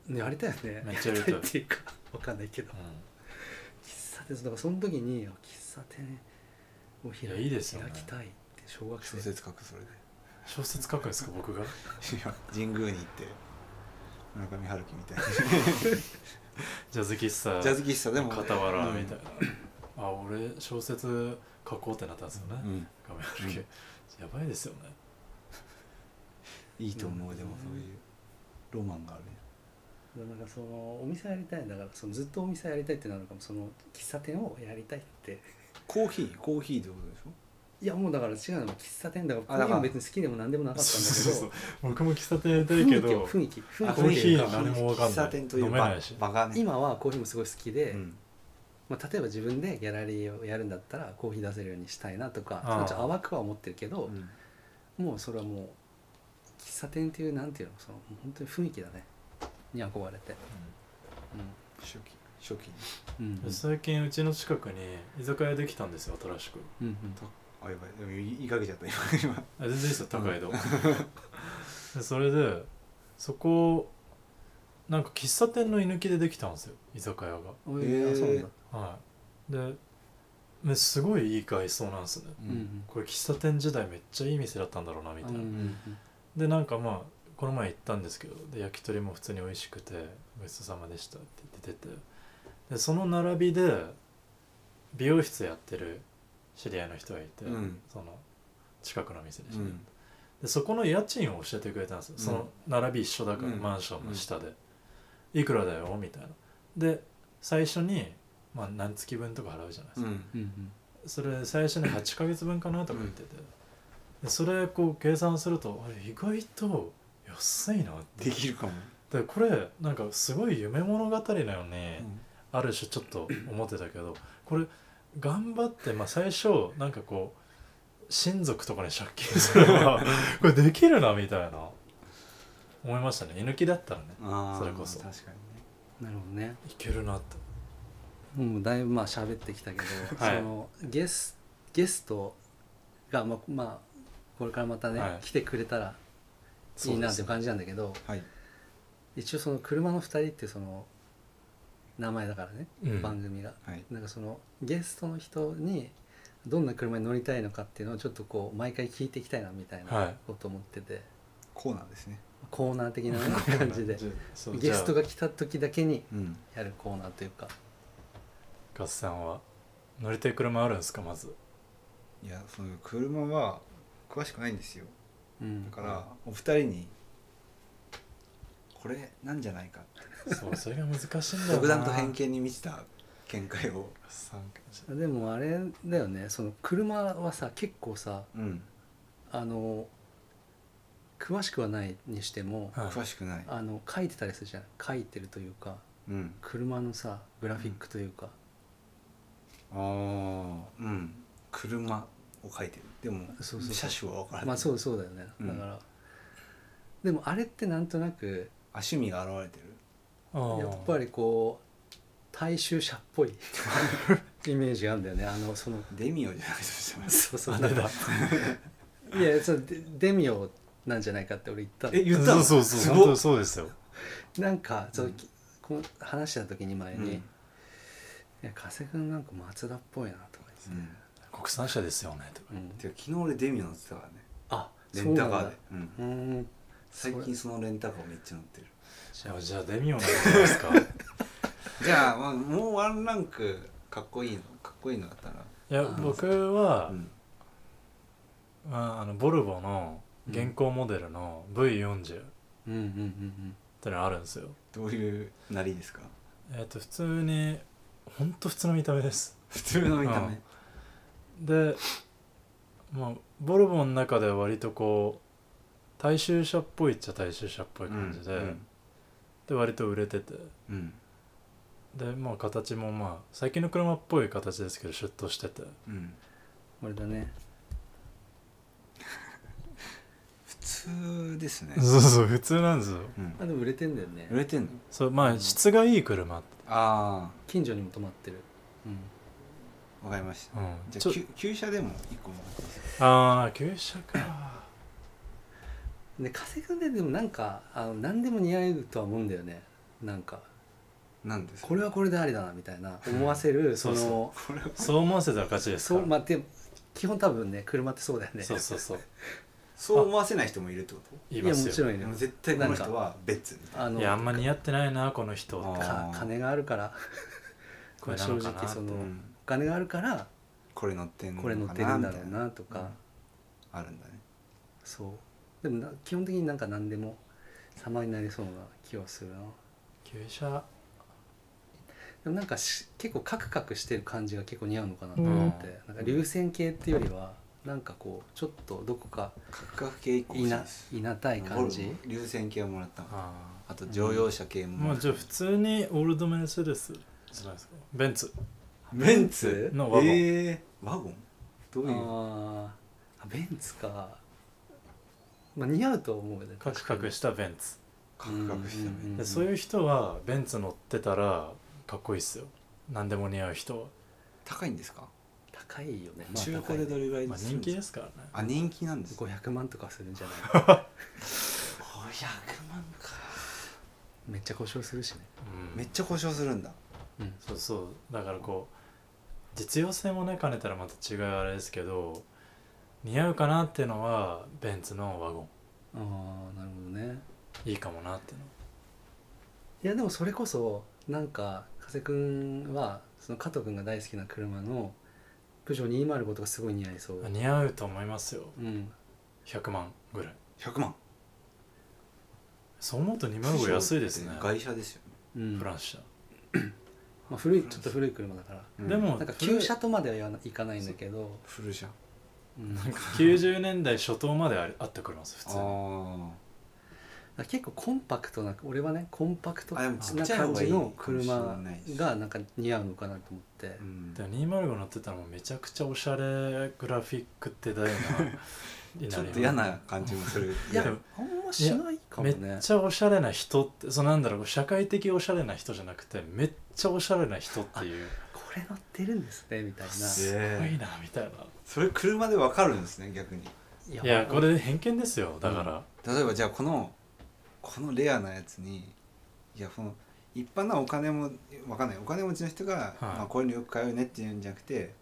[SPEAKER 1] ねやりたいよね
[SPEAKER 2] めっちゃやりたい
[SPEAKER 1] っていうかわかんないけど
[SPEAKER 2] う
[SPEAKER 1] 喫茶店だからその時にあ喫茶店を開
[SPEAKER 2] いやいいですよね
[SPEAKER 1] 開きたいって小学
[SPEAKER 3] 小
[SPEAKER 1] 生
[SPEAKER 3] 説書くそれで
[SPEAKER 2] ん小説書くんですか僕が
[SPEAKER 3] いや神宮に行って村上春樹みたいな
[SPEAKER 2] ジャズ喫茶
[SPEAKER 3] ジャズ喫茶でも
[SPEAKER 2] 傍ら
[SPEAKER 3] うん
[SPEAKER 2] みたいな、あ俺小説書こうってなったんですよね、
[SPEAKER 3] うん
[SPEAKER 2] 画面あるけどやばいですよね
[SPEAKER 3] いいと思う、
[SPEAKER 1] うん
[SPEAKER 3] でもそういうロマンがあるね
[SPEAKER 1] なんかそのお店やりたいんだからそのずっとお店やりたいってなるかもその喫茶店をやりたいって
[SPEAKER 3] コーヒーコーヒーってことでしょ
[SPEAKER 1] いやもうだから違うの喫茶店だから
[SPEAKER 3] あ
[SPEAKER 1] コーヒ
[SPEAKER 3] だか
[SPEAKER 1] ー
[SPEAKER 3] ら
[SPEAKER 1] も別に好きでも何でもなかったんだ
[SPEAKER 2] そうそうそう
[SPEAKER 1] け
[SPEAKER 2] 僕も喫茶店やりたいけ
[SPEAKER 1] ど
[SPEAKER 2] ど
[SPEAKER 1] 雰囲気を雰囲
[SPEAKER 3] あ
[SPEAKER 1] 気
[SPEAKER 2] コ
[SPEAKER 1] 雰
[SPEAKER 2] ー
[SPEAKER 1] 囲
[SPEAKER 2] ヒ
[SPEAKER 1] 気
[SPEAKER 2] ー何もわかんない
[SPEAKER 3] 喫茶店という
[SPEAKER 2] 飲めな
[SPEAKER 3] 場
[SPEAKER 2] いし
[SPEAKER 3] 場がね
[SPEAKER 1] 今はコーヒーもすごい好きで、
[SPEAKER 3] うん
[SPEAKER 1] まあ、例えば自分でギャラリーをやるんだったらコーヒー出せるようにしたいなとか
[SPEAKER 2] ああ
[SPEAKER 1] ちょっと淡くは思ってるけど
[SPEAKER 3] う、ん
[SPEAKER 1] もうそれはもう喫茶店っていうなんていうのその本当に雰囲気だねに憧れて、
[SPEAKER 3] 初期初期に
[SPEAKER 1] うんうん
[SPEAKER 2] うん最近うちの近くに居酒屋できたんですよ新しく
[SPEAKER 1] うんうん
[SPEAKER 3] あやばいでも言い言いかけちゃった今今
[SPEAKER 2] あ全然いいですよ高
[SPEAKER 3] (laughs)
[SPEAKER 2] いとでそれでそこなんか喫茶店の居抜きでできたんですよ居酒屋が
[SPEAKER 1] うん
[SPEAKER 3] え
[SPEAKER 1] え
[SPEAKER 3] ー
[SPEAKER 1] ー、そうなんだ、
[SPEAKER 2] はいでねすごいいい外装なんですね
[SPEAKER 1] うんうん
[SPEAKER 2] これ喫茶店時代めっちゃいい店だったんだろうなみたいな、でなんかまあこの前行ったんですけどで焼き鳥も普通に美味しくて「ごちそうさまでした」って出ててでその並びで美容室やってる知り合いの人がいて、
[SPEAKER 3] うん
[SPEAKER 2] その近くの店でし
[SPEAKER 3] う
[SPEAKER 2] た、ね
[SPEAKER 3] ん
[SPEAKER 2] でそこの家賃を教えてくれたんですよ、
[SPEAKER 3] うん
[SPEAKER 2] その並び一緒だから、
[SPEAKER 3] うん
[SPEAKER 2] マンションの下で、いくらだよみたいなで最初に、まあ、何月分とか払うじゃないですか、
[SPEAKER 3] うん
[SPEAKER 1] うんうん
[SPEAKER 2] それ最初に8ヶ月分かなとか言ってて、でそれこう計算するとあれ意外と安いなって
[SPEAKER 3] できるかも
[SPEAKER 2] でこれなんかすごい夢物語なよね、
[SPEAKER 3] うん
[SPEAKER 2] ある種ちょっと思ってたけどこれ頑張って、まあ、最初なんかこう親族とかに借金すれば (laughs) これできるなみたいな思いましたね居抜きだったらね
[SPEAKER 3] あー
[SPEAKER 2] それこそ
[SPEAKER 3] 確かに
[SPEAKER 1] な
[SPEAKER 3] ね
[SPEAKER 1] るほどね
[SPEAKER 2] いけるなって
[SPEAKER 1] もうだいぶまあ喋ってきたけど、
[SPEAKER 2] はい
[SPEAKER 1] そのゲスゲストがまあ、まあ、これからまたね、
[SPEAKER 2] はい
[SPEAKER 1] 来てくれたらいいなっていう感じなんだけど、
[SPEAKER 3] はい
[SPEAKER 1] 一応その車の2人ってその名前だからね、
[SPEAKER 2] うん
[SPEAKER 1] 番組が
[SPEAKER 3] はい
[SPEAKER 1] なんかそのゲストの人にどんな車に乗りたいのかっていうのをちょっとこう毎回聞いていきたいなみたい
[SPEAKER 2] は
[SPEAKER 1] ないこと思ってて、
[SPEAKER 3] コーナーですね
[SPEAKER 1] コーナー的
[SPEAKER 2] (laughs)
[SPEAKER 1] なね感じで
[SPEAKER 2] そう
[SPEAKER 1] ゲスト
[SPEAKER 2] じゃ
[SPEAKER 1] が来た時だけに
[SPEAKER 3] うん
[SPEAKER 1] やるコーナーというか
[SPEAKER 2] あガスさんは乗りたい車あるんですかまず
[SPEAKER 3] いやその車は詳しくないんですよ
[SPEAKER 1] うん
[SPEAKER 3] だからお二人にこれなんじゃないかって
[SPEAKER 2] そうそれが難しいんだよな
[SPEAKER 3] 独断と偏見に満ちた見解を
[SPEAKER 2] ガスさんかもしれない
[SPEAKER 1] でもあれだよねその車はさ結構さ
[SPEAKER 3] うん
[SPEAKER 1] あの詳しくはないにしても、
[SPEAKER 2] はい
[SPEAKER 3] 詳しくない
[SPEAKER 1] あの書いてたりするじゃん書いてるというか
[SPEAKER 3] うん
[SPEAKER 1] 車のさグラフィックというか、
[SPEAKER 3] ああうん車を書いてるでも
[SPEAKER 1] そうそう
[SPEAKER 3] 車種は分からない、
[SPEAKER 1] まあそううそうだよね、
[SPEAKER 3] うん
[SPEAKER 1] だからでもあれってなんとなく
[SPEAKER 3] 趣味が現れてる
[SPEAKER 2] あー
[SPEAKER 1] やっぱりこう大衆車っぽいイメージがあるんだよねあのその
[SPEAKER 3] デミオじゃないとしてます
[SPEAKER 1] そうそう
[SPEAKER 2] あれだ
[SPEAKER 1] いやそのデデミオなんじゃないかって俺言ったの
[SPEAKER 3] え言ったの
[SPEAKER 2] そうそう
[SPEAKER 3] す
[SPEAKER 2] そう
[SPEAKER 3] ご
[SPEAKER 2] 本
[SPEAKER 3] っ
[SPEAKER 2] 当にそうですよ
[SPEAKER 1] なんかそうの、
[SPEAKER 3] ん
[SPEAKER 1] きこの話した時に前に「
[SPEAKER 3] うん
[SPEAKER 1] いや加瀬君なんか松田っぽいな」とか
[SPEAKER 3] う
[SPEAKER 1] 言っ
[SPEAKER 3] ん
[SPEAKER 1] て、
[SPEAKER 2] 国産車ですよねとか
[SPEAKER 1] うん
[SPEAKER 3] てか昨日俺デミオ乗ってたからね
[SPEAKER 1] あ
[SPEAKER 3] レ
[SPEAKER 1] そう
[SPEAKER 3] ン
[SPEAKER 1] な
[SPEAKER 3] タ
[SPEAKER 1] ん
[SPEAKER 3] カ
[SPEAKER 1] だ
[SPEAKER 3] ーでうん
[SPEAKER 1] うーん
[SPEAKER 3] 最近そのレンタカーめっちゃ乗ってる
[SPEAKER 2] じゃあじゃあデミオなんじゃないですかい
[SPEAKER 3] (laughs) じゃあ、まあ、もうワンランクかっこいいのかっこいいのだったら、
[SPEAKER 2] や
[SPEAKER 3] あー
[SPEAKER 2] 僕は、
[SPEAKER 3] うん
[SPEAKER 2] まあ、あのボルボの現行モデルの V40 っ
[SPEAKER 1] うんうんうん
[SPEAKER 2] てのがあるんですよ
[SPEAKER 3] どういうなりですか
[SPEAKER 2] えっ、と普通にほんと普通の見た目です
[SPEAKER 3] (laughs) 普通の見た目、
[SPEAKER 2] うんでまあボルボの中では割とこう大衆車っぽいっちゃ大衆車っぽい感じで、
[SPEAKER 3] うん
[SPEAKER 2] で割と売れてて
[SPEAKER 3] うん
[SPEAKER 2] でまあ形もまあ最近の車っぽい形ですけどシュッとしてて
[SPEAKER 3] うん
[SPEAKER 1] 俺だね
[SPEAKER 3] 普通ですね、
[SPEAKER 2] そうそう普通なんですよ
[SPEAKER 3] うん
[SPEAKER 1] あでも売れてんだよね
[SPEAKER 3] 売れてんの
[SPEAKER 2] そうまあ質がいい車って
[SPEAKER 3] あ
[SPEAKER 1] 近所にも泊まってるうん
[SPEAKER 3] あわかりました
[SPEAKER 2] うん
[SPEAKER 3] じ
[SPEAKER 2] ち
[SPEAKER 3] ゃ
[SPEAKER 2] ょ
[SPEAKER 3] あきゅ旧車でも一個もらっていいですか
[SPEAKER 2] ああ旧車か
[SPEAKER 1] で加瀬君ででもなんかあの何でも似合えるとは思うんだよねなんか
[SPEAKER 3] 何ですか
[SPEAKER 1] これはこれでありだなみたいな思わせるそ
[SPEAKER 2] そう
[SPEAKER 1] の
[SPEAKER 2] そう
[SPEAKER 3] これは
[SPEAKER 2] そう思わせたら勝ちです
[SPEAKER 1] そ
[SPEAKER 2] か
[SPEAKER 1] う
[SPEAKER 2] ら
[SPEAKER 1] まあでも基本多分ね車ってそうだよね
[SPEAKER 2] そうそうそう
[SPEAKER 3] そう思わせない人もいるってこ
[SPEAKER 2] 言い
[SPEAKER 1] や
[SPEAKER 2] ま
[SPEAKER 1] も
[SPEAKER 2] す
[SPEAKER 1] ち
[SPEAKER 2] よ
[SPEAKER 1] ろんい
[SPEAKER 3] とで
[SPEAKER 1] る
[SPEAKER 3] も絶対この人は別みたいな
[SPEAKER 1] あの
[SPEAKER 2] いやあんま似合ってないなこの人
[SPEAKER 3] あ
[SPEAKER 1] か
[SPEAKER 3] ー
[SPEAKER 1] 金があるから
[SPEAKER 2] これな
[SPEAKER 1] 正
[SPEAKER 2] の
[SPEAKER 1] 直
[SPEAKER 2] かな
[SPEAKER 1] その、
[SPEAKER 3] うん
[SPEAKER 1] お金があるから
[SPEAKER 3] これ乗ってんの
[SPEAKER 1] これ乗っ
[SPEAKER 3] か
[SPEAKER 1] てる
[SPEAKER 3] なんみ
[SPEAKER 1] だ
[SPEAKER 3] た
[SPEAKER 1] ろう
[SPEAKER 3] い
[SPEAKER 1] な
[SPEAKER 3] な
[SPEAKER 1] とか、
[SPEAKER 3] あるんだね
[SPEAKER 1] そうでもな基本的になんか何でも様になりそうな気はするな
[SPEAKER 2] 旧車
[SPEAKER 1] でもなんかし結構カクカクしてる感じが結構似合うのかなと思って、
[SPEAKER 2] うん
[SPEAKER 1] なんか流線形っていうよりはなんかこうちょっとどこか
[SPEAKER 3] 角角系一個
[SPEAKER 1] い
[SPEAKER 3] 欲しい
[SPEAKER 1] な
[SPEAKER 3] です
[SPEAKER 1] いなたい感じ
[SPEAKER 3] ボルボ流線系はもらったの
[SPEAKER 2] あ
[SPEAKER 3] あと乗用車系
[SPEAKER 2] あ
[SPEAKER 3] も
[SPEAKER 2] もうじゃあ普通にオールドメルセデスじゃないですかベンツ
[SPEAKER 3] ベンツ
[SPEAKER 2] のワゴン
[SPEAKER 3] えーワゴンどういう
[SPEAKER 1] あーあベンツか、まあ、似合うと思うよね
[SPEAKER 2] カクカクしたベンツ
[SPEAKER 3] カクカクし
[SPEAKER 1] う
[SPEAKER 3] た
[SPEAKER 1] んうん
[SPEAKER 3] ベン
[SPEAKER 2] でそういう人はベンツ乗ってたらかっこいいっすよ何でも似合う人は、高
[SPEAKER 3] 高いんですか
[SPEAKER 1] 高いよね、
[SPEAKER 3] 中
[SPEAKER 1] 高い
[SPEAKER 3] 古でどれぐらい
[SPEAKER 2] まあ、
[SPEAKER 3] する
[SPEAKER 2] 人
[SPEAKER 3] ん
[SPEAKER 2] 気
[SPEAKER 3] で
[SPEAKER 2] ですすからね
[SPEAKER 3] かあ人気なんです
[SPEAKER 1] 500万とかするんじゃない
[SPEAKER 3] 500万か
[SPEAKER 1] めっちゃ故障するしね
[SPEAKER 2] うん
[SPEAKER 3] めっちゃ故障するんだ
[SPEAKER 1] うん
[SPEAKER 2] そうそうだからこう実用性もね兼ねたらまた違うあれですけど似合うかなっていうのはベンツのワゴ
[SPEAKER 1] ああなるほどね
[SPEAKER 2] ンいいかもなっていうの
[SPEAKER 1] いやでもそれこそなんか加瀬君はその加藤君が大好きな車のプジョー205とかすごい似合いそう
[SPEAKER 2] あ、似合うと思いますよ
[SPEAKER 1] うん、
[SPEAKER 2] 100万ぐらい
[SPEAKER 3] 100万
[SPEAKER 2] そう思うと2万ぐらい安いですね
[SPEAKER 3] 外車ですよね
[SPEAKER 1] うん
[SPEAKER 2] フラ
[SPEAKER 1] ま
[SPEAKER 2] ンス車、
[SPEAKER 1] あ、古いちょっと古い車だから
[SPEAKER 3] うん
[SPEAKER 2] でも
[SPEAKER 1] なんか旧車とまでは言わないかないんだけど、
[SPEAKER 3] 古車
[SPEAKER 1] うん、
[SPEAKER 2] それ90年代初頭までありあった車です普
[SPEAKER 3] あ
[SPEAKER 2] 通に
[SPEAKER 1] だから結構コンパクトな俺はねコンパクト
[SPEAKER 3] あで
[SPEAKER 1] な
[SPEAKER 3] もちっちゃい方
[SPEAKER 1] 感
[SPEAKER 3] がい
[SPEAKER 1] じ
[SPEAKER 3] いかも
[SPEAKER 1] の
[SPEAKER 3] しれない
[SPEAKER 1] 車がなんか似合うのかなと思って
[SPEAKER 3] ー、うん
[SPEAKER 2] でも205乗ってたらもうめちゃくちゃおしゃれグラフィックってだよな
[SPEAKER 3] ちょっと嫌な感じもする
[SPEAKER 1] いや
[SPEAKER 2] でも
[SPEAKER 1] あんましないかも
[SPEAKER 2] めっ
[SPEAKER 1] ね
[SPEAKER 2] ちゃおしゃれな人ってそうなんだろう社会的おしゃれな人じゃなくてめっちゃおしゃれな人っていう
[SPEAKER 1] これ乗ってるんですねみたい
[SPEAKER 2] すご
[SPEAKER 3] え
[SPEAKER 2] いなみたいな
[SPEAKER 3] それ車でわかるんですね逆に
[SPEAKER 1] ない
[SPEAKER 2] やこれ偏見ですよだから、
[SPEAKER 3] 例えばじゃあこのこのレアなやつにいやこの一般なお金もわかんないお金持ちの人が、まあ、こういうのよく買うよねっていうんじゃなくて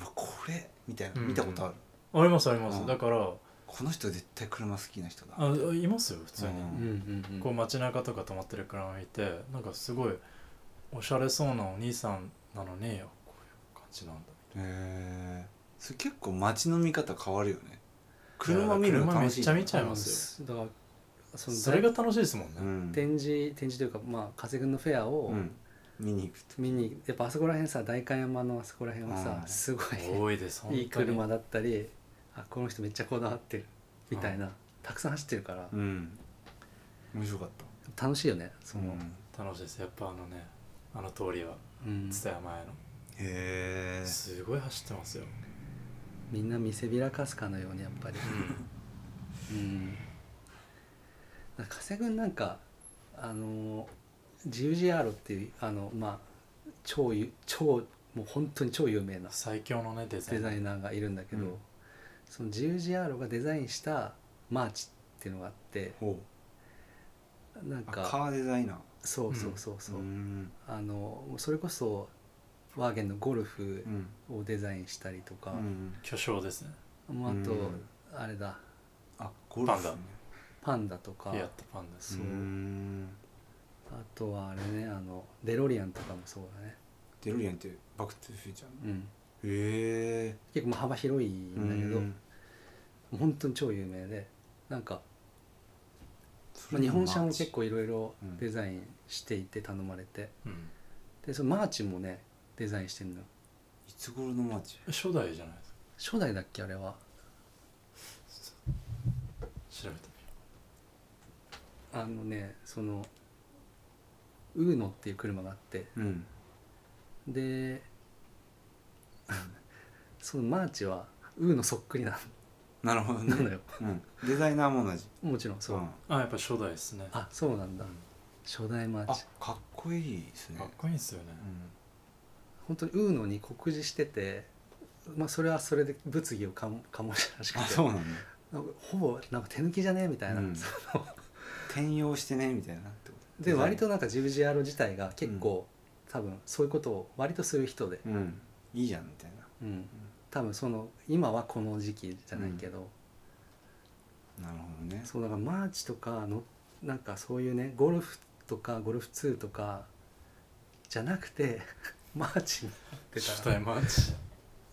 [SPEAKER 3] うわこれみたいな
[SPEAKER 2] うん
[SPEAKER 3] 見たことある、
[SPEAKER 2] ありますあります、
[SPEAKER 3] うん
[SPEAKER 2] だから
[SPEAKER 3] この人絶対車好きな人だ
[SPEAKER 2] あいますよ普通に、
[SPEAKER 1] う
[SPEAKER 3] う
[SPEAKER 1] んうんうん
[SPEAKER 2] こう街中とか泊まってる車見てなんかすごいおしゃれそうなお兄さんなのにあこういう感じなんだ
[SPEAKER 3] へえそれ結構街の見方変わるよね
[SPEAKER 2] いや
[SPEAKER 3] 車
[SPEAKER 2] だから
[SPEAKER 3] 見るの楽しい
[SPEAKER 2] 車めっちゃ見ちゃい
[SPEAKER 1] あ
[SPEAKER 2] ま
[SPEAKER 1] の
[SPEAKER 2] す
[SPEAKER 1] だからそ
[SPEAKER 2] よ
[SPEAKER 1] の
[SPEAKER 2] それが楽しいですもんね、
[SPEAKER 3] うん
[SPEAKER 1] 展示展示というかまあ加瀬君のフェアを
[SPEAKER 3] うん見に行くと
[SPEAKER 1] 見に、やっぱあそこら辺さ代官山のあそこら辺はさ、
[SPEAKER 3] うん
[SPEAKER 1] すご
[SPEAKER 2] 多いです本
[SPEAKER 1] (laughs)
[SPEAKER 2] 当
[SPEAKER 1] い
[SPEAKER 2] に
[SPEAKER 1] いい車だったりあこの人めっちゃこだわってるみたいな、たくさん走ってるから、
[SPEAKER 3] うん面白かった
[SPEAKER 1] 楽しいよねその、
[SPEAKER 3] うん
[SPEAKER 2] 楽しいですやっぱあのねあの通りは
[SPEAKER 1] うん
[SPEAKER 2] 蔦屋前の、
[SPEAKER 3] へえ
[SPEAKER 2] すごい走ってますよ、
[SPEAKER 1] みんな見せびらかすかのようにやっぱりうんなんか加瀬君なんかあのジウジアーロっていうあのまあ超ゆ超もう本当に超有名な
[SPEAKER 2] (laughs) 最強のねデザイ
[SPEAKER 1] デ
[SPEAKER 2] ン
[SPEAKER 1] ザイナーがいるんだけど、
[SPEAKER 2] うん
[SPEAKER 1] そのジウジアーロがデザインしたマーチっていうのがあって
[SPEAKER 3] ほ
[SPEAKER 1] なん
[SPEAKER 3] うあ
[SPEAKER 1] か
[SPEAKER 3] カーデザイナー
[SPEAKER 1] そうそうそうそう、
[SPEAKER 3] うん
[SPEAKER 1] あのもうそれこそワーゲンのゴルフ
[SPEAKER 3] うん
[SPEAKER 1] をデザインしたりとか、
[SPEAKER 3] うん
[SPEAKER 2] 巨匠ですね
[SPEAKER 1] もうあと、
[SPEAKER 3] うん
[SPEAKER 1] あれだ
[SPEAKER 3] あゴルフ
[SPEAKER 2] パンダ
[SPEAKER 3] ね
[SPEAKER 1] パンダとか
[SPEAKER 2] やったパンダ
[SPEAKER 1] そう
[SPEAKER 3] ーん
[SPEAKER 1] あとはあれねあのデロリアンとかもそうだね、
[SPEAKER 3] デロリアンってバック・トゥ・フューチャーの
[SPEAKER 1] うん、
[SPEAKER 3] へえ
[SPEAKER 1] 結構もう幅広いんだけど、本当に超有名でなんか、まあ、日本車も結構いろいろデザインしていて頼まれて、
[SPEAKER 2] うん
[SPEAKER 1] でそのマーチもねデザインしてるのよ
[SPEAKER 3] いつ頃のマーチ
[SPEAKER 2] 初代じゃないですか
[SPEAKER 1] 初代だっけあれは
[SPEAKER 2] 調べて
[SPEAKER 1] あのねそのウーノっていう車があって
[SPEAKER 3] うん
[SPEAKER 1] でそのマーチはウーノそっくりな
[SPEAKER 3] なるほど
[SPEAKER 1] なの
[SPEAKER 3] ね、
[SPEAKER 1] よ
[SPEAKER 3] うん、デザイナーも同じ
[SPEAKER 1] もちろんそう、
[SPEAKER 3] ん
[SPEAKER 2] みようあやっぱ初代ですね
[SPEAKER 1] あそうなんだ初代マー
[SPEAKER 3] あ
[SPEAKER 1] チ
[SPEAKER 3] かっこいいですね
[SPEAKER 2] かっこいいですよね
[SPEAKER 1] 本当にウーノに酷似しててまあそれはそれで物議をかも醸したらし
[SPEAKER 3] うん、あ
[SPEAKER 1] くて
[SPEAKER 3] そうなんだ
[SPEAKER 1] なんかほぼなんか手抜きじゃねみたいな、
[SPEAKER 3] うん
[SPEAKER 1] その
[SPEAKER 3] 転用してねみたいなってこと
[SPEAKER 1] で割
[SPEAKER 3] と
[SPEAKER 1] となんか GVGR 自体が結構、多分そういうことを割とする人で、
[SPEAKER 3] うんいいじゃんみたいな
[SPEAKER 1] うん多分その今はこの時期じゃないけど、
[SPEAKER 3] なるほどね
[SPEAKER 1] そうだからマーチとかのなんかそういうねゴルフとかゴルフ2とかじゃなくて (laughs) マーチになって
[SPEAKER 2] 初
[SPEAKER 1] たら
[SPEAKER 2] 代マーチ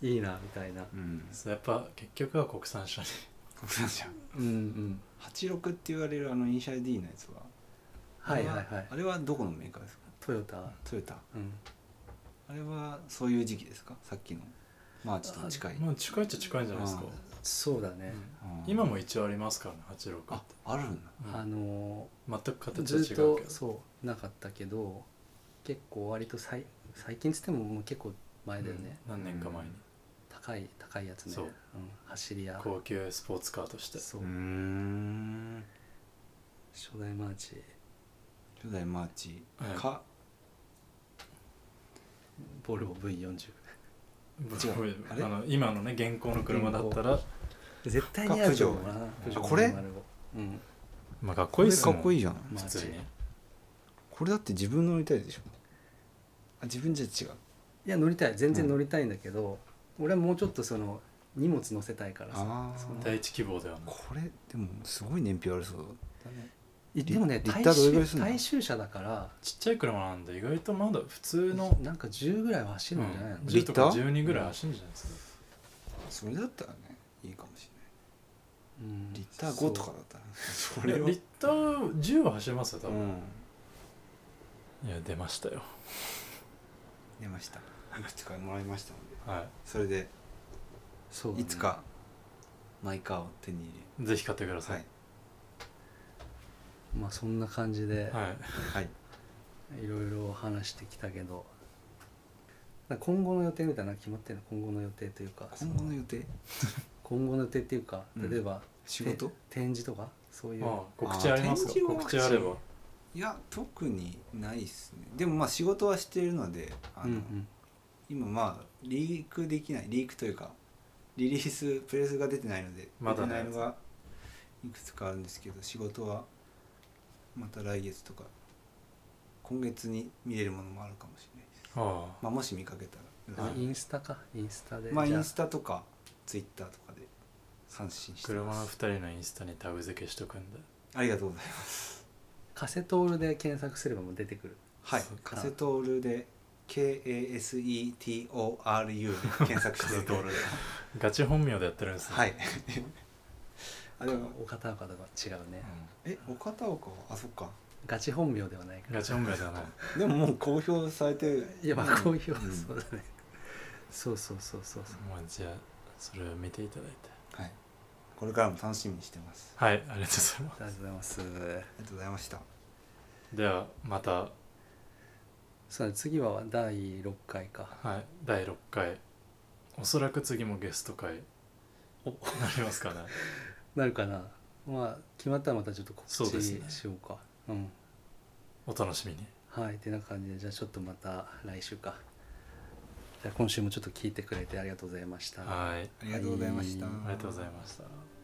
[SPEAKER 1] いいなみたいな、
[SPEAKER 3] うん
[SPEAKER 2] そうやっぱ結局は国産車に
[SPEAKER 3] 国産車
[SPEAKER 1] うんうん、
[SPEAKER 3] 86って言われるあのイニシャル D のやつは
[SPEAKER 1] はいはいはい
[SPEAKER 3] あれはどこのメーカーですか
[SPEAKER 1] トヨタ、
[SPEAKER 3] トヨタ
[SPEAKER 1] うん、
[SPEAKER 3] あれはそういう時期ですかさっきのマーチと近い
[SPEAKER 2] まあ近いっちゃ近いんじゃないですか
[SPEAKER 3] うん
[SPEAKER 1] そうだね、
[SPEAKER 3] うん
[SPEAKER 2] 今も一応ありますからね86って
[SPEAKER 3] ああるんだ
[SPEAKER 2] うん
[SPEAKER 1] あの
[SPEAKER 2] 全く
[SPEAKER 1] ー
[SPEAKER 2] 形は違う
[SPEAKER 1] ず
[SPEAKER 2] け
[SPEAKER 1] っ
[SPEAKER 2] ど
[SPEAKER 1] とそうなかったけど結構割と最最近っつってももう結構前だよね、
[SPEAKER 2] うん何年か前に
[SPEAKER 1] 高い高いやつね、
[SPEAKER 2] そうん
[SPEAKER 1] 走り屋
[SPEAKER 2] 高級スポーツカーとして
[SPEAKER 1] そう
[SPEAKER 3] うーん
[SPEAKER 1] 初代マーチ
[SPEAKER 3] 初代マーチ
[SPEAKER 2] はい
[SPEAKER 3] か
[SPEAKER 1] ボルボ V40
[SPEAKER 3] 違うあれ
[SPEAKER 2] あの今のね現行の車だったら
[SPEAKER 1] 絶対似合うと思うな
[SPEAKER 3] か
[SPEAKER 1] プ
[SPEAKER 2] プジョー
[SPEAKER 1] ジョー
[SPEAKER 3] あこれ
[SPEAKER 1] 丸子うん
[SPEAKER 2] まあかっ
[SPEAKER 3] こ
[SPEAKER 2] こいい
[SPEAKER 3] れ
[SPEAKER 2] っす
[SPEAKER 3] か
[SPEAKER 2] も
[SPEAKER 3] っ
[SPEAKER 2] ん
[SPEAKER 3] こいいじゃない
[SPEAKER 1] マ
[SPEAKER 2] 普
[SPEAKER 1] ー
[SPEAKER 2] 通
[SPEAKER 1] チ
[SPEAKER 2] に
[SPEAKER 1] い
[SPEAKER 3] これだって自分の乗りたいでしょあ自分じゃ違う
[SPEAKER 1] や乗りたい全然乗りたいんだけど、俺はもうちょっとその荷物乗せたいからさ
[SPEAKER 3] あー
[SPEAKER 1] その
[SPEAKER 2] 第一希望ではない
[SPEAKER 3] これでもすごい燃費悪そうだね
[SPEAKER 1] いでもね
[SPEAKER 3] リッ
[SPEAKER 1] 大
[SPEAKER 3] ターどれぐらいす
[SPEAKER 1] 衆
[SPEAKER 3] んの
[SPEAKER 1] 大衆車だから
[SPEAKER 2] ちっちゃい車なんで意外とまだ普通の
[SPEAKER 1] なんか10ぐらいは走るんじゃないの、
[SPEAKER 2] うん
[SPEAKER 3] リッ
[SPEAKER 2] 10とか
[SPEAKER 3] ター
[SPEAKER 2] 12ぐらい走るんじゃないですか
[SPEAKER 3] それだったらねいいかもし
[SPEAKER 1] うん
[SPEAKER 3] れないリッター5とかだったらそ
[SPEAKER 2] いや
[SPEAKER 3] れは
[SPEAKER 2] リッター10は走りますよ多
[SPEAKER 3] う
[SPEAKER 2] 分、
[SPEAKER 3] ん
[SPEAKER 2] いや出ましたよ
[SPEAKER 3] 出ましたいくつかもらいましたので
[SPEAKER 2] は
[SPEAKER 3] それで
[SPEAKER 1] そうそうだね
[SPEAKER 3] いつかマイカーを手に入
[SPEAKER 2] いぜひ買ってくだ
[SPEAKER 3] れ
[SPEAKER 2] さ
[SPEAKER 3] はい
[SPEAKER 2] い、
[SPEAKER 1] まあそんな感じで
[SPEAKER 2] はい
[SPEAKER 3] はい
[SPEAKER 1] いろいろ話してきたけど、なんか今後の予定みたいなの決まってるの今後の予定というか
[SPEAKER 3] 今
[SPEAKER 1] そ
[SPEAKER 3] 後の
[SPEAKER 1] の
[SPEAKER 3] 予定
[SPEAKER 1] 今後の予定っていうか
[SPEAKER 3] うん
[SPEAKER 1] 例えば、
[SPEAKER 3] 仕事
[SPEAKER 1] て展示とかそういう、
[SPEAKER 2] ああ告知ありますか
[SPEAKER 3] あ展示は
[SPEAKER 2] 告知あれば
[SPEAKER 3] いや特にないっすねでもまあ仕事はしてるのであ
[SPEAKER 1] うん
[SPEAKER 3] の、
[SPEAKER 1] うん
[SPEAKER 3] 今まあリークできないリークというかリリースプレスが出てないので、
[SPEAKER 2] ま
[SPEAKER 3] 出
[SPEAKER 2] だ
[SPEAKER 3] て
[SPEAKER 2] の
[SPEAKER 3] な
[SPEAKER 2] や
[SPEAKER 3] い
[SPEAKER 2] つ
[SPEAKER 3] のがいくつかあるんですけど仕事はまた来月とか今月に見れるものもあるかもしれないです、
[SPEAKER 2] ああ
[SPEAKER 3] まあ、もし見かけたら、
[SPEAKER 1] あインスタかインスタで、
[SPEAKER 3] まあイ
[SPEAKER 1] じゃ
[SPEAKER 3] ンスタとかツイッターとかで三振して
[SPEAKER 2] 車
[SPEAKER 3] ま
[SPEAKER 2] の2
[SPEAKER 3] す
[SPEAKER 2] 人のインスタにタグ付けしとくんで
[SPEAKER 3] ありがとうございます
[SPEAKER 1] カセトールで検索すればもう出てくる
[SPEAKER 3] はい
[SPEAKER 1] そっ、か
[SPEAKER 3] カセトールで KASETORU で検索して
[SPEAKER 2] カセトール
[SPEAKER 3] で
[SPEAKER 2] ガチ本名でやってるんですね
[SPEAKER 3] はいあでも
[SPEAKER 1] お方々は違うね、
[SPEAKER 3] えお片岡はあそっか
[SPEAKER 1] ガチ本名ではないか
[SPEAKER 2] うんガチ本名じゃない
[SPEAKER 3] でももう公表されてる
[SPEAKER 1] らいやまあこういう、
[SPEAKER 3] ん
[SPEAKER 1] そうだねそうそうそうそうそう
[SPEAKER 2] まあじゃあそれを見ていただいて
[SPEAKER 3] はい、これからも楽しみにしてます
[SPEAKER 2] はいありがとうございます
[SPEAKER 1] ありがとうございます
[SPEAKER 3] ありがとうございました
[SPEAKER 2] ではまた、は
[SPEAKER 1] そうだね次は第6回か
[SPEAKER 2] い、第6回おそらく次もゲスト会
[SPEAKER 1] お
[SPEAKER 2] なりますかね
[SPEAKER 1] なるかなまあ決まったらまたちょっと告
[SPEAKER 2] そうで
[SPEAKER 1] 知
[SPEAKER 2] すね
[SPEAKER 1] しようかうん
[SPEAKER 2] お (laughs) 楽しみに
[SPEAKER 1] はいってな感じでじゃあちょっとまた来週かじゃあ今週もちょっと聞いてくれてありがとうございました
[SPEAKER 2] はい
[SPEAKER 3] ありがとうございました、
[SPEAKER 1] はい
[SPEAKER 2] ありがとうございました